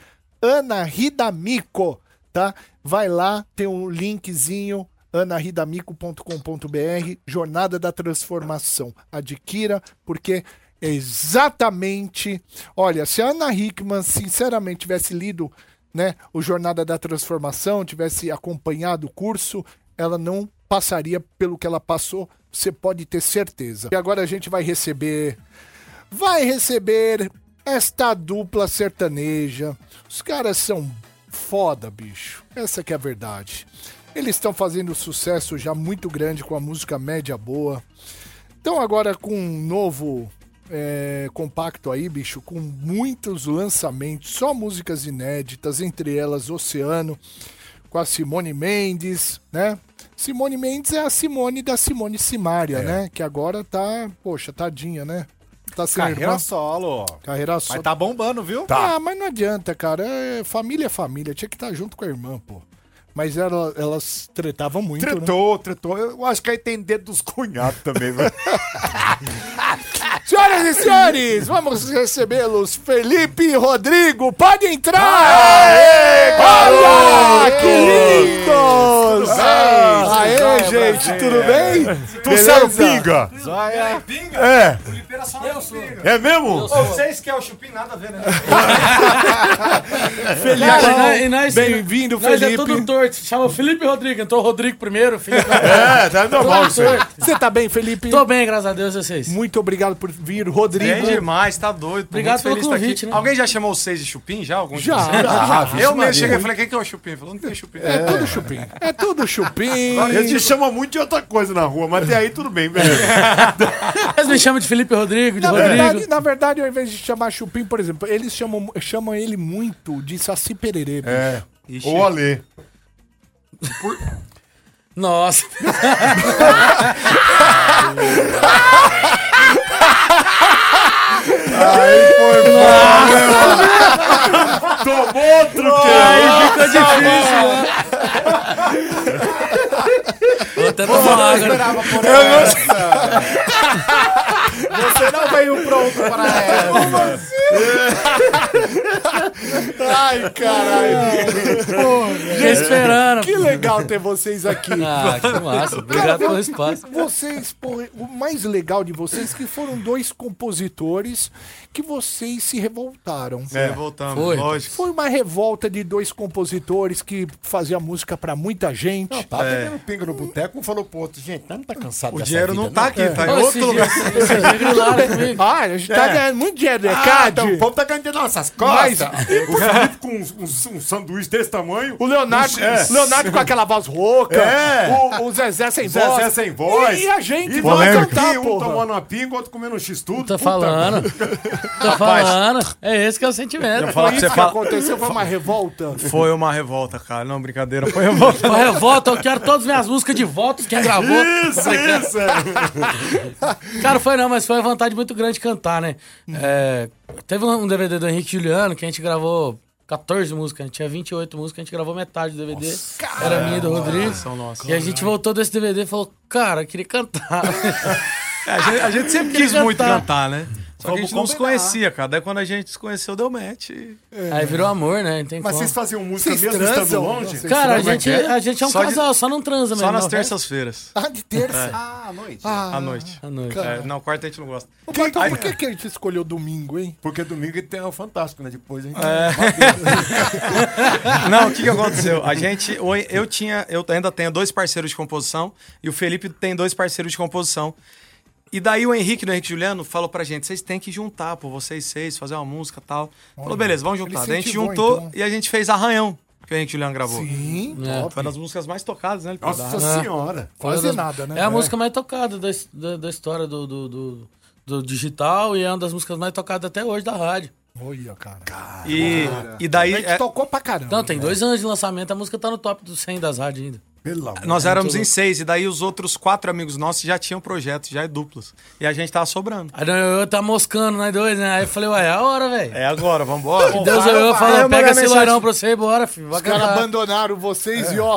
C: Ana Rida Mico, tá? Vai lá, tem um linkzinho anarridamico.com.br, Jornada da Transformação. Adquira, porque é exatamente. Olha, se a Ana Hickman sinceramente tivesse lido, né, o Jornada da Transformação, tivesse acompanhado o curso, ela não passaria pelo que ela passou, você pode ter certeza. E agora a gente vai receber vai receber esta dupla sertaneja. Os caras são foda, bicho. Essa que é a verdade. Eles estão fazendo sucesso já muito grande com a música média boa. Então agora com um novo é, compacto aí, bicho, com muitos lançamentos, só músicas inéditas, entre elas Oceano, com a Simone Mendes, né? Simone Mendes é a Simone da Simone Simaria,
E: É.
C: né? Que agora tá, poxa, tadinha, né? Tá sem irmã.
E: Carreira solo.
C: Carreira só.
E: Mas tá bombando, viu?
C: Ah, mas não adianta, cara. É, família é família. Tinha que estar junto com a irmã, pô. Mas ela- elas tretavam muito, né?
D: Tretou, tretou. Eu acho que aí tem dedo dos cunhados também, velho.
C: Senhoras e senhores, vamos recebê-los. Felipe e Rodrigo, pode entrar! Aê, Olha, que lindos! Aê, gente, tudo bem?
D: Tu saiu pinga.
E: Joia.
D: É.
I: Pera só eu sou.
D: É mesmo?
I: Vocês que é o chupim, nada a ver, né?
C: Felipe,
I: Cara, e nós- e nós-
C: bem-vindo,
I: Nós é
C: Felipe.
I: tudo torto. Chama o Felipe Rodrigo. Entrou o Rodrigo primeiro, o Felipe.
D: É, tá normal isso aí.
C: Você tá bem, Felipe?
I: Tô bem, graças a Deus, vocês.
C: Muito obrigado por vir,
D: É
C: Rodrigo.
J: Bem demais, tá doido. Tô
I: Obrigado
J: muito
I: pelo
J: feliz de tá aqui.
I: convite, né?
J: Alguém já chamou vocês de chupim? Já? Algum de
C: Já,
J: vocês?
C: já.
J: Eu mesmo cheguei e falei, quem que é o chupim? Ele Falou, não tem chupim.
C: É tudo chupim. É tudo chupim.
D: Eles te chamam muito de outra coisa na rua, mas até aí tudo bem, velho.
I: Vocês me chamam de Felipe Rodrigo, de
C: Na
I: Rodrigo.
C: verdade, na verdade, ao invés de chamar Chupim, por exemplo, eles chamam, chamam ele muito de Saci Pererê. bicho.
D: Ou Alê.
I: Nossa.
D: Aí foi bom, Tomou outro
I: Aí fica difícil, né? Vou até tomar uma água.
E: esperava por essa. Você não veio pronto para essa.
D: Ai, caralho.
I: Fiquei esperando.
C: Que legal ter vocês aqui.
I: Ah, que massa. Obrigado pelo espaço.
C: Vocês, pô, o mais legal de vocês que foram dois compositores que vocês se revoltaram.
J: É, voltamos,
I: Foi.
J: lógico.
C: Foi uma revolta de dois compositores que faziam música pra muita gente.
H: Tava pegando pinga no boteco, um falou pro outro, gente, não tá cansado
J: O
H: dessa
J: dinheiro não
H: vida,
J: tá aqui, tá em
I: Ô, esse
J: outro lugar.
I: dia- esse dia grilaram comigo.
C: Ah, a gente tá ganhando muito dinheiro, né,
H: É. Ah,
C: Cade?
H: então, o povo tá ganhando dinheiro nas nossas costas.
I: tá.
H: o Felipe com uns- uns- um, sanduíche desse tamanho.
C: O Leonardo,
H: É.
C: Leonardo com aquela voz rouca.
H: É.
C: O, o Zezé sem
H: Zezé
C: voz.
H: sem voz.
C: E a gente,
H: E
C: vamos
H: vamos
C: cantar,
H: aqui, um
C: porra.
H: tomando uma pinga, outro comendo um x-tudo.
I: Tô
H: Puta
I: falando. Tô falando. É esse que é o sentimento.
J: falar pra
C: Isso
J: você
C: que
J: fala.
C: aconteceu foi uma revolta.
J: Foi uma revolta, cara. Não, brincadeira, foi revolta.
I: Uma revolta, eu quero todas as minhas músicas de volta, quem gravou. Isso, isso. Cara, foi não, mas foi uma vontade muito grande de cantar, né? É, teve um DVD do Henrique Juliano que a gente gravou 14 músicas, a gente tinha 28 músicas, a gente gravou metade do DVD. era minha e do Rodrigo.
J: nossa.
I: E a gente voltou desse DVD e falou, cara, eu queria cantar.
J: É, A gente, a gente sempre quis muito cantar, né? Só que a
E: Vamos
J: gente não se
E: combinar.
J: conhecia, cara. Daí quando a gente se conheceu, deu match. e-
I: Aí virou amor, né? Não tem
H: Mas
I: como.
H: vocês faziam música
C: Vocês
H: mesmo
C: transam?
H: estando longe?
C: Vocês
I: Cara, a gente, a gente é um
J: Só de-
I: casal, só não transa mesmo.
J: Só tá nas
I: não, é? o resto-
J: terças-feiras,
C: Ah, de terça.
H: É.
E: Ah, noite.
J: à noite.
I: à noite.
J: É, não, quarta a gente não gosta.
C: Mas então por que, que a gente escolheu domingo, hein?
H: Porque domingo tem o Fantástico, né? Depois a gente...
J: Não, o que, que aconteceu? A gente, eu, eu tinha, eu ainda tenho dois parceiros de composição e o Felipe tem dois parceiros de composição. E daí o Henrique, do Henrique Juliano, falou pra gente: vocês têm que juntar, pô, vocês seis, fazer uma música e tal. falou, beleza, vamos juntar. Daí a gente
C: incentivou,
J: juntou
C: então.
J: e a gente fez Arranhão, que o Henrique Juliano gravou.
C: Sim,
J: Foi uma das músicas mais tocadas, né? Ele falou,
H: Nossa senhora.
C: quase
I: Uma É. das-
C: nada, né?
I: É a música mais tocada da, his- da, da história do, do, do- do digital e é uma das músicas mais tocadas até hoje da rádio.
C: É. Olha, cara.
J: E, e daí.
C: A gente
J: é,
C: tocou pra caramba.
I: Então, tem dois anos de lançamento, a música tá no top dos 100 das rádios ainda.
H: Pelo amor.
J: nós éramos em seis, e daí os outros quatro amigos nossos já tinham projetos, já é duplas. E a gente tava sobrando.
I: Aí eu, eu tá moscando, nós dois, né? Aí eu falei, ué, é a hora, velho.
J: É agora, vambora.
I: Deus eu, eu
J: Aí
I: falo, pega
J: eu mandei
I: esse
J: mensagem-
I: loirão pra você e bora, filho. Vai
C: Os caras
I: cantar.
C: abandonaram vocês
H: É.
C: e ó.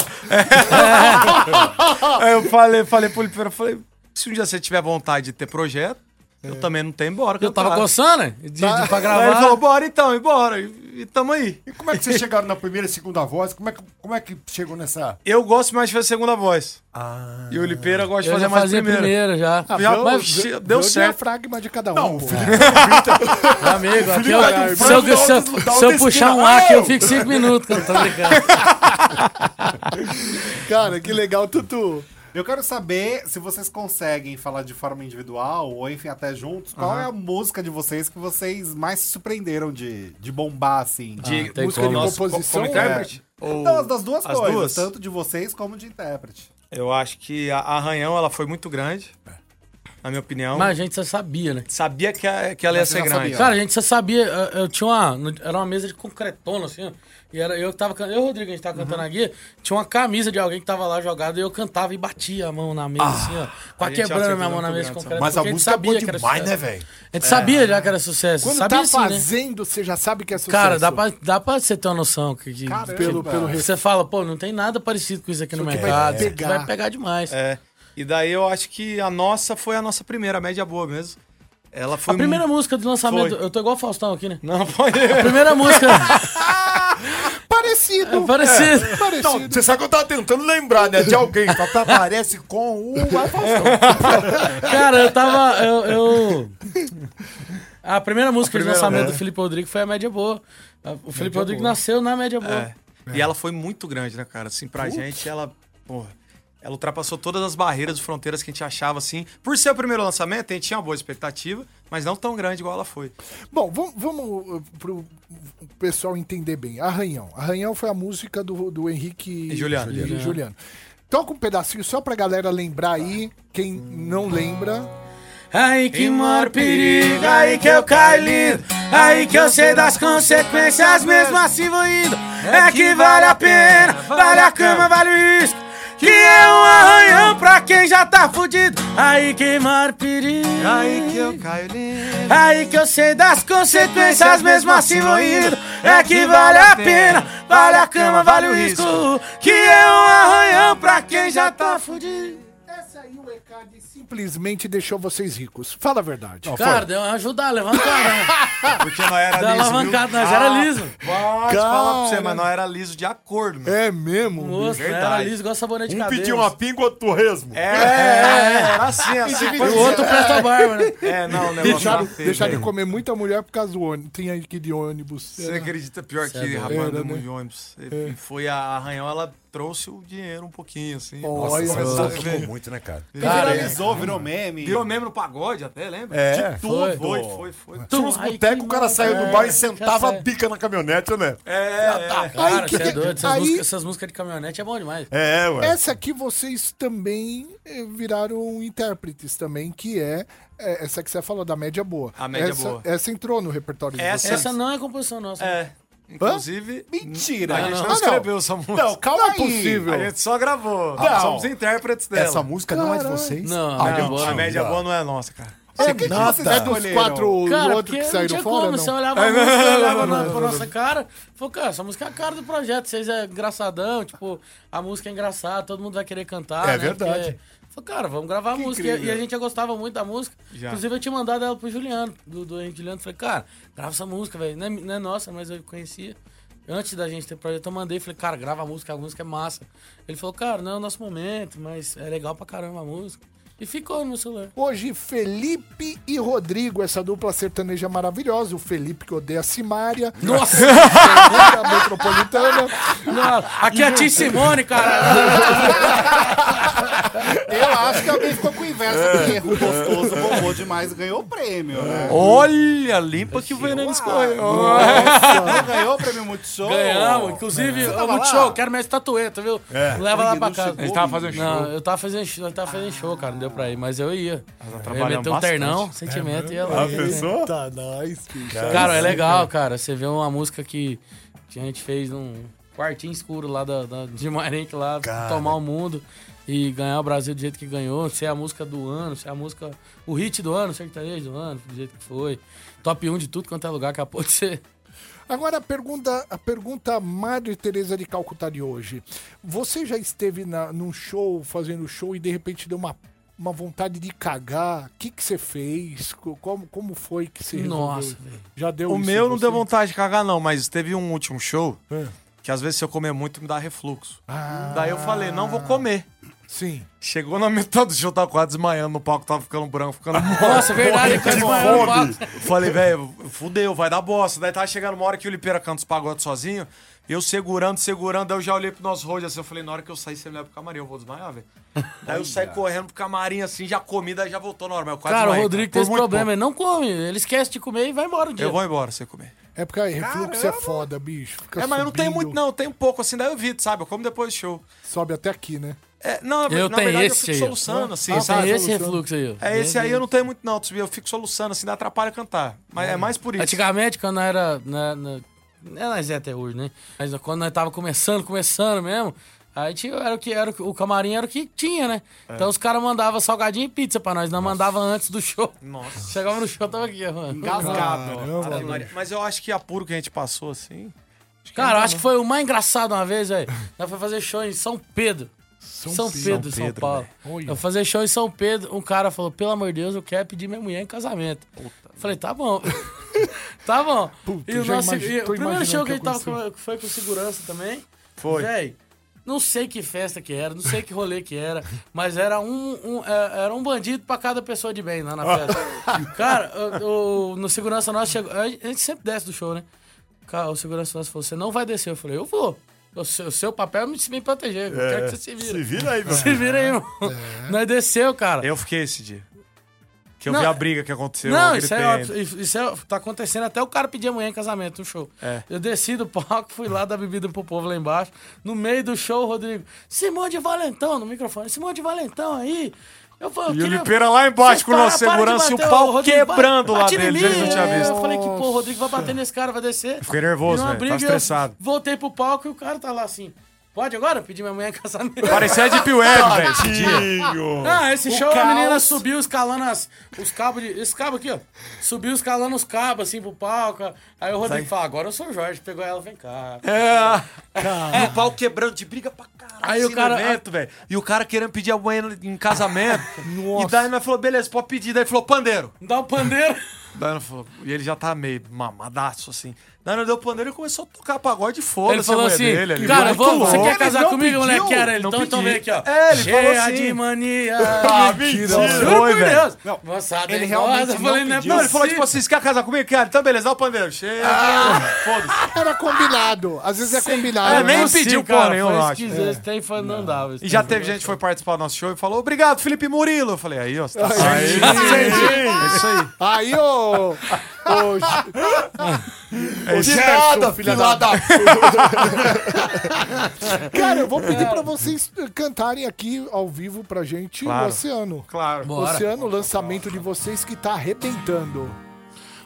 J: Aí eu falei, falei pro Oliveira, falei, se um dia você tiver vontade de ter projeto, eu também não tenho, bora.
I: Eu tava
J: cantar.
I: coçando, né? De, de, pra
J: Aí ele
I: gravar.
J: falou, bora então, e bora. E, e tamo aí.
H: E como é que vocês chegaram na primeira e segunda voz? Como é que, como é que chegou nessa...
J: Eu gosto mais de fazer segunda voz. E o Oliveira gosta de
I: eu
J: fazer
I: já
J: mais
I: fazia
J: primeira.
I: primeira já.
C: Ah,
J: Já-
I: Mas-
J: mas deu certo.
C: fragma de cada um.
H: Não,
C: pô.
H: o Felipe...
I: Amigo, aqui eu,
H: vai do
I: se eu,
H: Franco, dá
I: se eu-
H: outra- dá
I: se eu
H: outra
I: puxar um
H: esquina.
I: ar aqui, eu
H: Au!
I: fico cinco minutos, cara, tô brincando.
C: Cara, que legal, Tutu.
E: Eu quero saber se vocês conseguem falar de forma individual, ou enfim, até juntos, qual é a música de vocês que vocês mais se surpreenderam de, de bombar, assim?
J: De
I: tem
J: música
I: como.
J: de
I: Nossa,
J: composição.
C: composição,
J: Como intérprete? Ou-
E: Então, as das duas
J: As
E: coisas,
J: duas?
E: tanto de vocês como de intérprete.
J: Eu acho que a Arranhão ela foi muito grande,
E: É.
J: na minha opinião.
I: Mas a gente já sabia, né?
J: Sabia que, a- que ela ia
E: Mas você
J: ser
E: já
J: grande.
E: sabia.
I: Cara, a gente só sabia. Eu, eu tinha uma. no- Era uma mesa de concretona, assim, ó. E era eu que tava cantando. Eu e o Rodrigo, a gente tava cantando aqui. Tinha uma camisa de alguém que tava lá jogada e eu cantava e batia a mão na mesa, assim, ó. Quase
J: a gente
I: quebrando a
J: acertou
I: minha mão na mesa
J: muito
I: de
J: grande,
I: concreto.
H: Mas a
I: porque gente
H: música é boa
I: sabia que era
H: demais, né,
I: sucesso.
H: velho?
I: A gente
J: É.
I: sabia já que era sucesso.
C: Quando
I: sabia
C: tá
I: assim, né?
C: fazendo, você já sabe que é sucesso.
I: Cara, dá pra, dá pra você ter uma noção que, que-
C: Pelo, pelo
I: que
C: res-
I: você fala, pô, não tem nada parecido com isso aqui no
C: que vai
I: mercado. Isso
C: pegar.
I: aqui Vai pegar demais.
J: É. E daí eu acho que a nossa foi a nossa primeira, a média boa mesmo. Ela foi
I: A primeira
J: mu-
I: música do lançamento.
J: Foi.
I: Eu tô igual o Faustão aqui, né?
J: Não, pode.
I: A primeira música.
C: Parecido.
I: É
C: É,
I: Parecido.
C: Parecido.
H: Você sabe que eu tava tentando lembrar, né? De alguém. Papai aparece com um, o...
I: Cara, eu tava. Eu, eu- A primeira música de lançamento
J: é.
I: do Felipe Rodrigo foi a Média Boa. O Felipe Rodrigo nasceu na Média Boa.
J: É. E ela foi muito grande, né, cara? Assim, pra gente, ela. Porra, ela ultrapassou todas as barreiras e fronteiras que a gente achava, assim. Por ser o primeiro lançamento, a gente tinha uma boa expectativa, mas não tão grande igual ela foi.
C: Bom, vamos, vamos para o pessoal entender bem. Arranhão. Arranhão foi a música do, do Henrique
J: E Juliano.
C: E Juliano. Toca um pedacinho só pra galera lembrar aí, quem não lembra.
I: Aí que mora o perigo, aí que eu caio lindo. Aí que eu sei das consequências, mesmo assim vou indo. É que vale a pena, vale a cama, vale o risco. Que é um arranhão pra quem já tá fudido. Aí queimar perigo.
J: Aí que eu caio lindo.
I: Aí que eu sei das consequências, mesmo assim vou indo. É que vale a pena, vale a cama, vale o risco. Que é um arranhão pra quem já tá fudido.
C: Essa aí o ECAD simplesmente deixou vocês ricos. Fala a verdade.
I: Cara, deu uma ajudada, levantada. né?
J: Porque não era
I: Deu
J: liso.
I: uma alavancada, nós
E: Ah,
I: era liso.
J: Pode falar pra você, mas
E: é
J: não era liso de acordo, meu.
C: É mesmo?
I: Nossa, era liso igual sabonete de
D: Um
I: cabelo.
D: pediu uma pinga, outro torresmo.
J: É, é, é, era assim, assim.
I: E o outro presta a barba, né?
J: É, não, o negócio
C: Deixaram,
H: Tá
J: era feio,
C: deixaram de
J: velho.
C: comer muita mulher por causa do ônibus. Tem aí que de ônibus.
J: Você acredita? Pior
I: é
J: que, rapaz, andamos
I: né?
J: de ônibus. E Foi a Arranhão, ela trouxe o dinheiro um pouquinho, assim.
C: Olha,
J: começou a ver.
H: muito, né, cara?
E: Cara, viralizou, virou meme.
J: Virou membro no pagode até, lembra?
D: É.
J: De tudo.
I: Foi.
J: Foi, foi, foi.
I: Tu,
D: Nos
I: ai,
D: botecos,
I: que
D: o cara saiu do
I: mal-
D: bar e
I: é,
D: sentava a
I: já sei.
D: bica na caminhonete, né?
J: É,
I: Cara,
C: Aí
I: você é
C: que-
I: doido. Essas,
C: aí-
I: músicas, essas músicas de caminhonete é bom demais.
D: É, ué.
C: Essa aqui vocês também eh, viraram intérpretes também, que é, é, essa que você falou, da média boa.
J: A média
C: essa,
J: boa.
C: Essa entrou no repertório
J: Essa-
C: de vocês.
I: Essa não é composição nossa.
J: é. Inclusive,
E: Mentira.
J: a gente
I: não,
J: não,
I: não.
J: escreveu essa música.
D: Não, calma
C: Não é
D: aí.
C: possível.
J: A gente só gravou.
I: Tá,
D: Não.
J: Somos intérpretes dela.
H: Essa música não é de vocês?
I: Não, a média boa.
J: a
I: não.
J: média boa Ah, não é nossa, cara.
C: É, que
H: nada.
C: vocês é dos quatro
I: Cara,
C: outros
I: porque
C: que
I: não
C: saíram
I: tinha
C: fora,
I: como,
C: não?
I: você olhava a música, olhava na, pra nossa cara, falou, cara, essa música é a cara do projeto, vocês é engraçadão, tipo, a música é engraçada, todo mundo vai querer cantar,
D: É
I: né?
D: verdade.
I: Porque- Falou, cara, vamos gravar a música. E- E a gente já gostava muito da música.
J: Já.
I: Inclusive, eu tinha mandado ela pro Juliano, do, do Henrique Juliano. Falei, cara, grava essa música, velho. Não, é, mi- não é nossa, mas eu conhecia. Antes da gente ter projeto, então eu mandei. Falei, cara, grava a música, a música é massa. Ele falou, cara, não é o nosso momento, mas é legal pra caramba a música. E ficou no meu celular.
C: Hoje, Felipe e Rodrigo, essa dupla sertaneja maravilhosa. O Felipe que odeia a Simária.
I: Nossa!
C: a metropolitana.
I: Não, aqui é a Tim Simone, cara.
E: Eu acho que alguém ficou com inveja, porque erro gostoso bombou demais e ganhou o prêmio, né?
J: Olha, limpa que o veneno escorreu.
E: Não ganhou o prêmio Multishow?
I: Ganhamos. Inclusive, ô, muito show, quero minha estatueta, viu? Leva lá pra casa.
J: Ele tava fazendo
I: Não,
J: show.
I: eu tava fazendo show, nós tava fazendo show, cara. Não deu pra ir, mas eu ia. Eu ia
J: trabalhamos
I: meter um
J: bastante. É
I: ternão, sentimento e ia lá.
D: A pessoa?
C: Tá nice, bicho.
I: Ah, Cara, é legal, cara. Você vê uma música que que a gente fez num quartinho escuro lá da, da, de Marenque, lá, tomar o mundo e ganhar o Brasil do jeito que ganhou. Ser a música do ano, ser a música. O hit do ano, o sertanejo do ano, do jeito que foi. Top 1 de tudo quanto é lugar, acabou de ser.
C: Agora, a pergunta, a pergunta Madre Teresa de Calcutá de hoje. Você já esteve na, num show, fazendo show, e de repente deu uma, uma vontade de cagar? O que, que você fez? Co- Como, como foi que você resolveu?
I: Nossa, velho.
C: Já deu
J: O
C: isso em
J: meu não
C: você?
J: deu vontade de cagar, não, mas teve um último show
H: É.
J: que às vezes se eu comer muito me dá refluxo.
H: Ah.
J: Daí eu falei, não vou comer.
C: Sim.
J: Chegou na metade do show, tava quase desmaiando no palco, tava ficando branco, ficando morto.
I: Nossa, é verdade, eu quase morri no palco.
J: Falei, velho, fudeu, vai dar bosta. Daí tava chegando uma hora que o Lipeira canta os pagodes sozinho, eu segurando, segurando, daí eu já olhei pro nosso road assim, eu falei, na hora que eu sair, você me leva pro camarim, eu vou desmaiar, velho. Daí eu saí correndo pro camarim assim, já comi, daí já voltou normal. Eu quase
I: Cara, o
J: desmaiei,
I: Rodrigo
J: por
I: tem esse
J: muito
I: problema, ele não come, ele esquece de comer e vai embora o
J: pouco.
I: dia.
J: Eu vou embora sem comer.
C: É porque aí, refluxo é foda, bicho. Fica
J: É,
E: Tá
J: mas eu não tenho
C: subindo,
J: muito, não, eu tenho pouco assim, daí eu evito, sabe? Eu como depois do show.
C: Sobe até aqui, né?
J: É, não, na,
I: Eu
J: na
I: tenho
J: verdade
I: esse
J: eu
I: aí,
J: fico
I: ó.
J: soluçando, assim,
I: Ah,
J: sabe?
I: tem esse refluxo aí. ó.
J: É, esse aí eu não tenho muito, não, Tsubi. Eu fico soluçando, assim, atrapalha cantar. Mas é, mais por isso.
I: tipo Antigamente, quando era. Na, na, é, nós é até hoje, né? Mas quando nós tava começando, começando mesmo, aí tinha, era o que era o que- o camarim era o que tinha, né?
J: É.
I: Então os caras mandavam salgadinho e pizza pra nós, não mandava antes do show.
J: Nossa.
I: Chegava no show, tava aqui, ó, mano.
E: Engasgado.
J: Ave Maria. Mas eu acho que apuro que a gente passou, assim.
I: Cara, eu acho que foi o mais engraçado uma vez, velho. Nós foi fazer show em São Pedro. São, Pedro, São,
J: Pedro,
I: Paulo. Eu fazer show em São Pedro, um cara falou: pelo amor de Deus, eu quero pedir minha mulher em casamento. Falei, tá bom. tá bom. e o
C: já
I: nosso.
C: imagi-
I: e o
C: tô
I: primeiro show
C: imaginando
I: que a
C: o
I: gente
C: que
I: tava com, foi com segurança também.
J: Foi.
I: Véi, não sei que festa que era, não sei que rolê que era, mas era um, um, é, era um bandido pra cada pessoa de bem lá na festa. Cara, o, o- no segurança nosso chegou. A gente sempre desce do show, né? Cara, o segurança nosso falou: você não vai descer. Eu falei, eu vou. O seu, o seu papel é me, me proteger. Eu quero que você se
D: Se
I: vira.
D: vira aí, meu.
I: Se vira aí, irmão. Nós desceu, cara.
J: Eu fiquei esse dia. Que eu
I: Não,
J: vi a briga que aconteceu.
I: Não,
J: eu
I: isso é
J: gritei
I: óbvio. Isso isso é, tá acontecendo até o cara pedir amanhã em casamento no show.
J: É.
I: Eu desci do palco, fui lá dar bebida pro povo lá embaixo. No meio do show, o Rodrigo, Simão de Valentão no microfone, Simão de Valentão aí. Eu falei, eu
J: E o
I: queria-
J: Lipeira lá
I: Vocês
J: embaixo com o nosso
I: para- para de
J: segurança e o
I: bater, ô,
J: pau
I: Rodrigo, bate-
J: quebrando lá
I: bate em
J: deles.
I: mim.
J: Eles não tinham
I: É,
J: visto. É.
I: Eu falei que, pô, o Rodrigo vai bater nesse cara, vai descer.
J: Fiquei nervoso,
I: Deu uma
J: velho.
I: briga,
J: Tava
I: eu
J: estressado.
I: Voltei pro palco e o cara tá lá assim. Pode agora pedir minha mulher em casamento?
J: Parecia Deep Web, velho. esse dia.
I: Ah, esse show a
J: caos.
I: menina subiu escalando as- os cabos de. Esse cabo aqui, ó. Subiu escalando os cabos assim pro palco. Aí o Rodrigo fala: agora eu sou o Jorge, pegou ela, vem cá.
J: O pau quebrando de briga pra caralho.
I: Aí
J: assim,
I: o cara-
J: no evento, velho. E o cara querendo pedir a banheira em casamento. E daí nós falou, beleza, pode pedir. Daí falou, pandeiro.
I: Dá o pandeiro.
J: Daí nós falou, e ele já tá meio mamadaço, assim. Daí nós deu o pandeiro e começou a tocar pagode e foda
I: Ele falou assim:
J: é ali.
I: Cara,
J: Muito
I: vou, você
J: louco.
I: quer casar
J: Ele não
I: comigo,
J: pediu,
I: moleque? Era ele.
J: não
I: Então, então
J: pediu.
I: vem aqui, ó.
J: É, ele
I: Cheia
J: falou assim.
I: de mania.
J: Ah, mentira.
I: Juro
J: Foi,
I: por
J: velho.
I: Deus.
E: Não,
I: Moçada,
E: ele
I: é
E: realmente
I: idosa. Eu
E: não
I: falei, não é
E: pediu.
J: Não, ele falou tipo
I: possível.
J: assim, você quer casar comigo, cara? Então beleza, dá o pandeiro. Chega, foda-se.
C: Era combinado. Às vezes é combinado.
J: É,
C: né?
J: nem
I: Não sei,
J: pediu
I: cara,
J: porra nenhuma, eu
I: Foi
J: acho. É.
I: esquisito, esse tempo foi- não dava. esse
J: E já
I: tempo
J: teve
I: foi-
J: gente que foi participar do nosso show e falou, obrigado, Felipe Murilo. Eu falei, aí, ó, você tá certo. É isso aí.
C: Aí, ô. ô
J: É isso aí.
C: Gerson, filha da... Cara, eu vou
J: É.
C: pedir pra vocês cantarem aqui ao vivo pra gente
J: Claro.
C: o Oceano.
J: Claro.
I: Bora.
C: Oceano, o lançamento de vocês que tá arrebentando.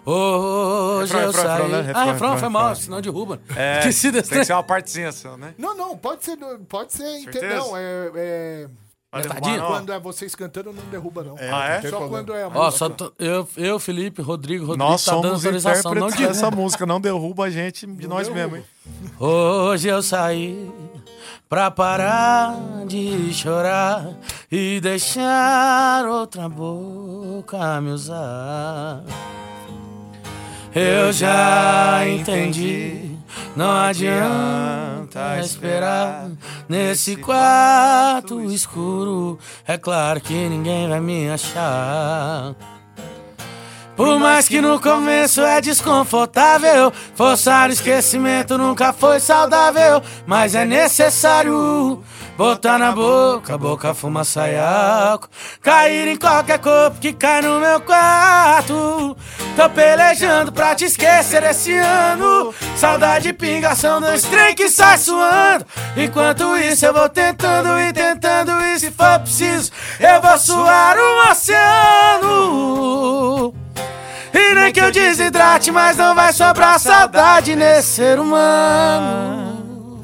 I: Hoje
J: Refrão,
I: eu
J: refrão,
I: saí.
J: refrão, né?
I: ah,
J: Refrão,
I: refrão, foi
J: refrão,
I: mal,
J: refrão.
I: senão derruba.
J: É,
I: Esqueci
J: tem
I: desse
J: que ser
I: tempo.
J: uma partezinha assim, né?
C: Não, não, pode ser. Pode ser. inte-
J: Certeza?
C: Não, é. é-
J: Vai derrubar,
I: Metadinha?
J: não?
C: Quando é vocês cantando, não derruba, não.
J: Ah, é?
C: Só quando é a
I: Ó,
C: música.
I: só tô- eu, eu, Felipe, Rodrigo, Rodrigo,
J: Nós
I: tá dando
J: somos
I: autorização. Não
J: intérpretes dessa
I: derruba.
J: música, não derruba a gente de nós mesmos, hein?
I: Hoje eu saí pra parar de chorar e deixar outra boca me usar. Eu já entendi, não adianta esperar. Nesse quarto escuro, é claro que ninguém vai me achar. Por mais que no começo é desconfortável, forçar o esquecimento nunca foi saudável, mas é necessário botar na boca, boca fumaça e álcool, cair em qualquer corpo que cai no meu quarto. Tô pelejando pra te esquecer esse ano, saudade pingação do trem que sai suando. Enquanto isso eu vou tentando e tentando e se for preciso eu vou suar um oceano. E nem que eu desidrate, mas não vai sobrar saudade nesse ser humano.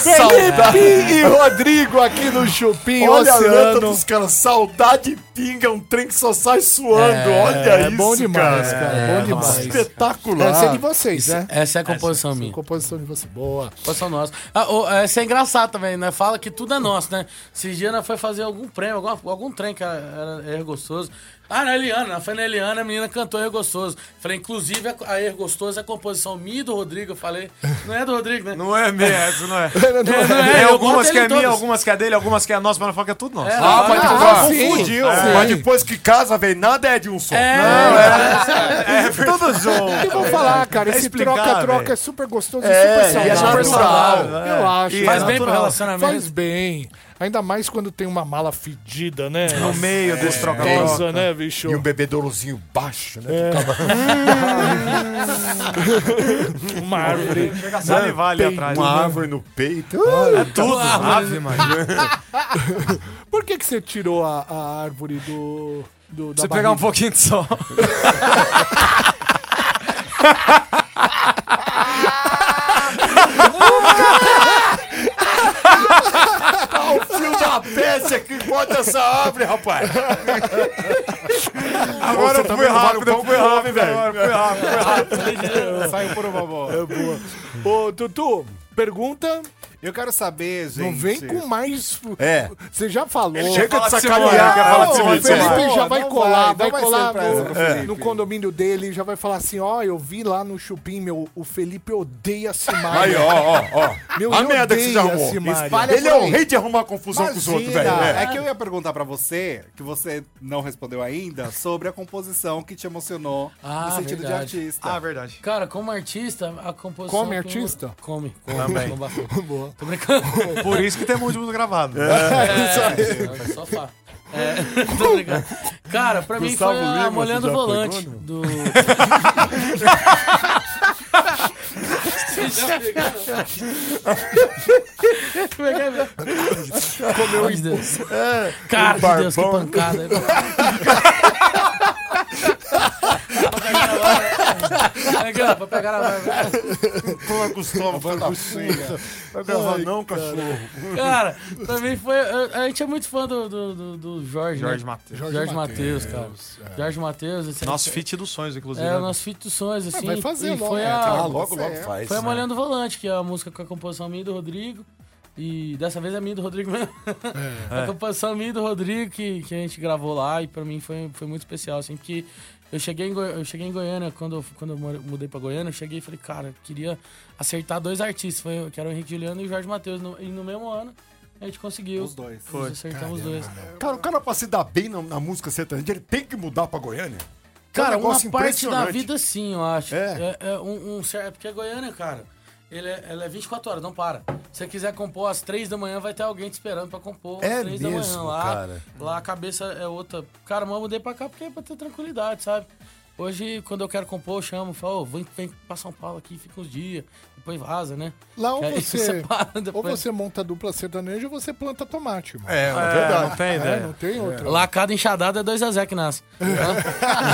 C: Felipe e Rodrigo aqui no Chupim
H: Olha a letra
C: Oceano.
H: dos caras. Saudade pinga, um trem que só sai suando. Olha
C: é
H: isso,
C: bom demais, cara. É, bom demais.
H: Espetacular.
C: Deve ser de vocês, né?
I: Essa é a composição minha.
C: Composição de vocês. Boa.
I: Composição nossa. Ah, ô, essa é engraçada também, né? Fala que tudo é nosso, né? Esse dia nós foi fazer algum prêmio, algum, algum trem que era, era Ergostoso. Ah, na Eliana, foi na Eliana, a menina cantou Ergostoso. Falei, inclusive a- a Ergostoso é composição minha e do Rodrigo. Eu falei, não é do Rodrigo, né?
J: Não é mesmo, não é.
I: não é,
J: Tem
I: eu
J: algumas
I: boto
J: que
I: ele
J: é
I: em
J: minha,
I: todas.
J: algumas que é dele, algumas que é nossa, mas não fala que é tudo nosso.
I: É,
H: Ah, mas,
C: Ah,
H: ah,
C: sim.
H: confundiu.
C: Sim.
H: Mas depois que casa, velho, nada é de um só.
I: É,
H: Tudo junto.
C: Eu vou falar, cara,
J: É
C: esse
J: explicar,
C: troca-troca
J: velho.
C: é super gostoso
H: É,
C: e super
H: e é
C: saudável. né?
H: natural,
C: Eu acho.
J: E
C: cara.
I: faz bem pro tipo, relacionamento.
C: Faz bem. Ainda mais quando tem uma mala fedida, né?
J: No meio desse troca-troca.
C: Gostosa, né, bicho?
H: E um bebedourozinho baixo, né?
C: Uma árvore.
J: Chega a salivar ali atrás.
H: Uma árvore no peito.
J: É tudo. Ave, mano.
C: Por que, que você tirou a, a árvore do. do da
J: Você pegar um
C: barriga?
J: pouquinho de sol.
H: Tá um Fio da peste que bota essa árvore, rapaz.
J: Agora eu fui
H: um
J: rápido, eu fui rápido, velho. Agora eu fui rápido.
E: Saiu por uma bola.
C: Ô, Tutu, pergunta.
E: Eu quero saber, gente.
C: Não vem com mais.
H: É.
C: Você já falou.
H: Chega de
J: fala de
H: sacanear,
J: Simone,
H: quer
J: quer
H: falar
J: falar
H: de
J: de
C: Não,
H: Simone.
J: Simone.
C: o Felipe
H: Simone.
C: já vai
E: não
C: colar,
E: vai,
C: vai,
E: não vai
C: colar
E: ser pra essa
C: no,
E: do Felipe.
C: no condomínio dele, já vai falar assim, ó, eu vi lá no Chupim, meu, o Felipe odeia a
H: Aí,
C: Simária.
H: ó, ó, ó.
C: Meu,
H: a
C: ele
H: merda que você já
C: odeia
H: arrumou.
C: Simária.
E: Espalha
H: Ele
E: por
H: é
J: um
H: o
E: aí.
H: rei de arrumar confusão com os outros, velho.
E: Imagina!
H: É.
E: É que eu ia perguntar pra você, que você não respondeu ainda, sobre a composição que te emocionou
I: Ah,
E: no sentido
I: verdade.
E: de artista.
J: Ah, verdade.
I: Cara, como artista, a composição.
C: Come
I: que eu-
C: artista?
I: Come, come.
J: Também.
I: come bastante. Tô brincando.
J: Por isso que tem muito música gravado. né?
I: É, só fá. É, tô brincando. Cara, pra mim foi
H: Gustavo
I: a
H: Lima,
I: mulher
H: você
I: do
H: já
I: volante.
H: pegou,
I: Do... Comeu os dedos.
H: É. Um
I: Cara de Deus, que pancada. Negão, vou pegar na mão.
D: Toma, Gustavo, vai dar Vai gravar não, cachorro.
I: Cara, também foi. eu- A gente é muito fã do, do, do- do Jorge.
J: Jorge
I: né?
J: Matheus.
I: Jorge, Matheus,
C: é.
I: cara. Jorge Matheus. esse-
J: Nosso feat dos sonhos, inclusive.
I: É,
J: né?
I: o nosso feat dos sonhos, assim.
C: vai fazer
I: e
C: logo,
I: foi
C: é,
I: a,
C: tá
D: Logo, logo faz.
I: foi a Molhando o Volante, que é a música com a composição minha e do Rodrigo. E dessa vez é minha e do Rodrigo mesmo. a composição minha e do Rodrigo que, que a gente gravou lá e pra mim foi, foi muito especial, assim, porque eu cheguei em, Goi- eu cheguei em Goiânia, quando eu, quando eu more- mudei pra Goiânia, eu cheguei e falei, cara, eu queria acertar dois artistas, foi, que eram o Henrique Juliano e o Jorge Matheus. No- E no mesmo ano a gente conseguiu.
E: Os dois.
I: Nós acertamos os dois.
D: Cara, o cara pra se dar bem na, na música sertaneja, ele tem que mudar pra Goiânia.
I: Cara,
D: É um
I: uma
D: negócio
I: parte da
D: impressionante.
I: vida sim, eu acho.
D: É.
I: É, é um, um cer- é porque a Goiânia, cara, ele é, ela é 24 horas, não para. Se você quiser compor às 3 da manhã, vai ter alguém te esperando pra compor
D: É
I: às 3 da manhã.
D: mesmo,
I: Lá,
D: cara.
I: lá a cabeça é outra. Cara, mas eu mudei pra cá porque é pra ter tranquilidade, sabe? Hoje, quando eu quero compor, eu chamo, falo, "Ô, vem, vem pra São Paulo aqui, fica uns dias, depois vaza, né?
C: Lá ou
I: Que aí
C: você,
I: para
C: ou
I: depois.
C: você monta dupla sertaneja ou você planta tomate, mano.
J: É, é verdade. Não tem
C: É,
D: né?
J: ideia.
C: não tem outra.
I: Lá cada enxadada é 2x0 que nasce.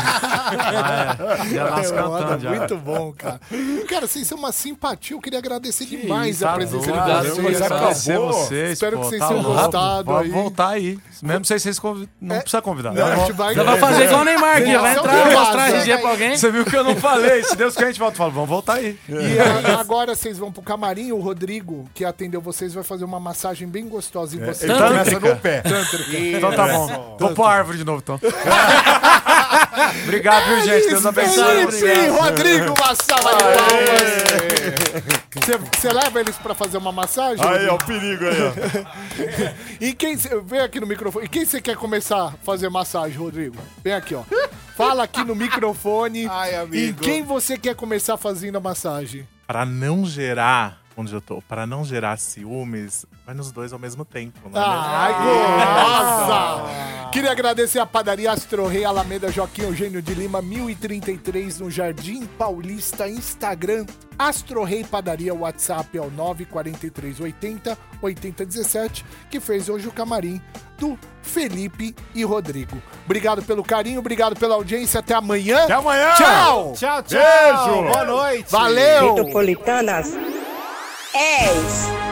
J: Ah, é. Já nasce
C: É, mano,
J: cantando, já.
C: Muito bom, cara. Cara, vocês são uma simpatia. Eu queria agradecer demais a
J: tá
C: presença de
J: doido.
C: vocês.
I: Obrigado, mas
C: cara.
J: Agradecer
D: acabou.
J: vocês,
C: Espero
J: pô,
C: que vocês
J: tá
C: tenham
J: louco.
C: gostado
J: Pode
C: aí.
J: voltar aí. Mesmo sem vocês convi- Não precisa convidar.
C: Não, a gente vai-
I: Você vai fazer igual o Neymar aqui, vai
C: Só
I: entrar,
C: vaza,
I: mostrar a
C: né?
I: RG pra alguém.
J: Você viu que eu não falei. Se Deus quiser, a gente volta. Fala, vamos voltar aí.
H: É.
C: E a- agora vocês vão pro camarim. O Rodrigo, que atendeu vocês, vai fazer uma massagem bem gostosa
I: É,
C: em vocês.
I: tá
J: Tântrica.
D: Começa no pé.
J: Então tá bom.
H: É.
J: Vou pôr a árvore de novo, então. Obrigado, viu, gente? Deus abençoe.
C: Felipe,
J: Obrigado.
C: Rodrigo, uma salva de palmas. Você- Você leva eles pra fazer uma massagem?
D: Aí, ó, o
C: Rodrigo?
D: perigo aí, ó.
C: E quem cê- vem aqui no microfone? E quem você quer começar a fazer massagem, Rodrigo? Vem aqui, ó. Fala aqui no microfone.
E: Ai, amigo.
C: E quem você quer começar fazendo a massagem?
K: Para não gerar, onde eu tô, para não gerar ciúmes, vai nos dois ao mesmo tempo, não é mesmo?
C: Ai, gostosa! Queria agradecer a padaria Astro Rei Alameda Joaquim Eugênio de Lima, 1033, no Jardim Paulista, Instagram. Astro Rei Padaria, WhatsApp é o 94380 8017, que fez hoje o camarim do Felipe e Rodrigo. Obrigado pelo carinho, obrigado pela audiência, até amanhã.
D: Até amanhã!
C: Tchau!
E: Tchau, tchau.
D: Beijo!
E: Boa noite.
C: Valeu!
G: Metropolitanas 10.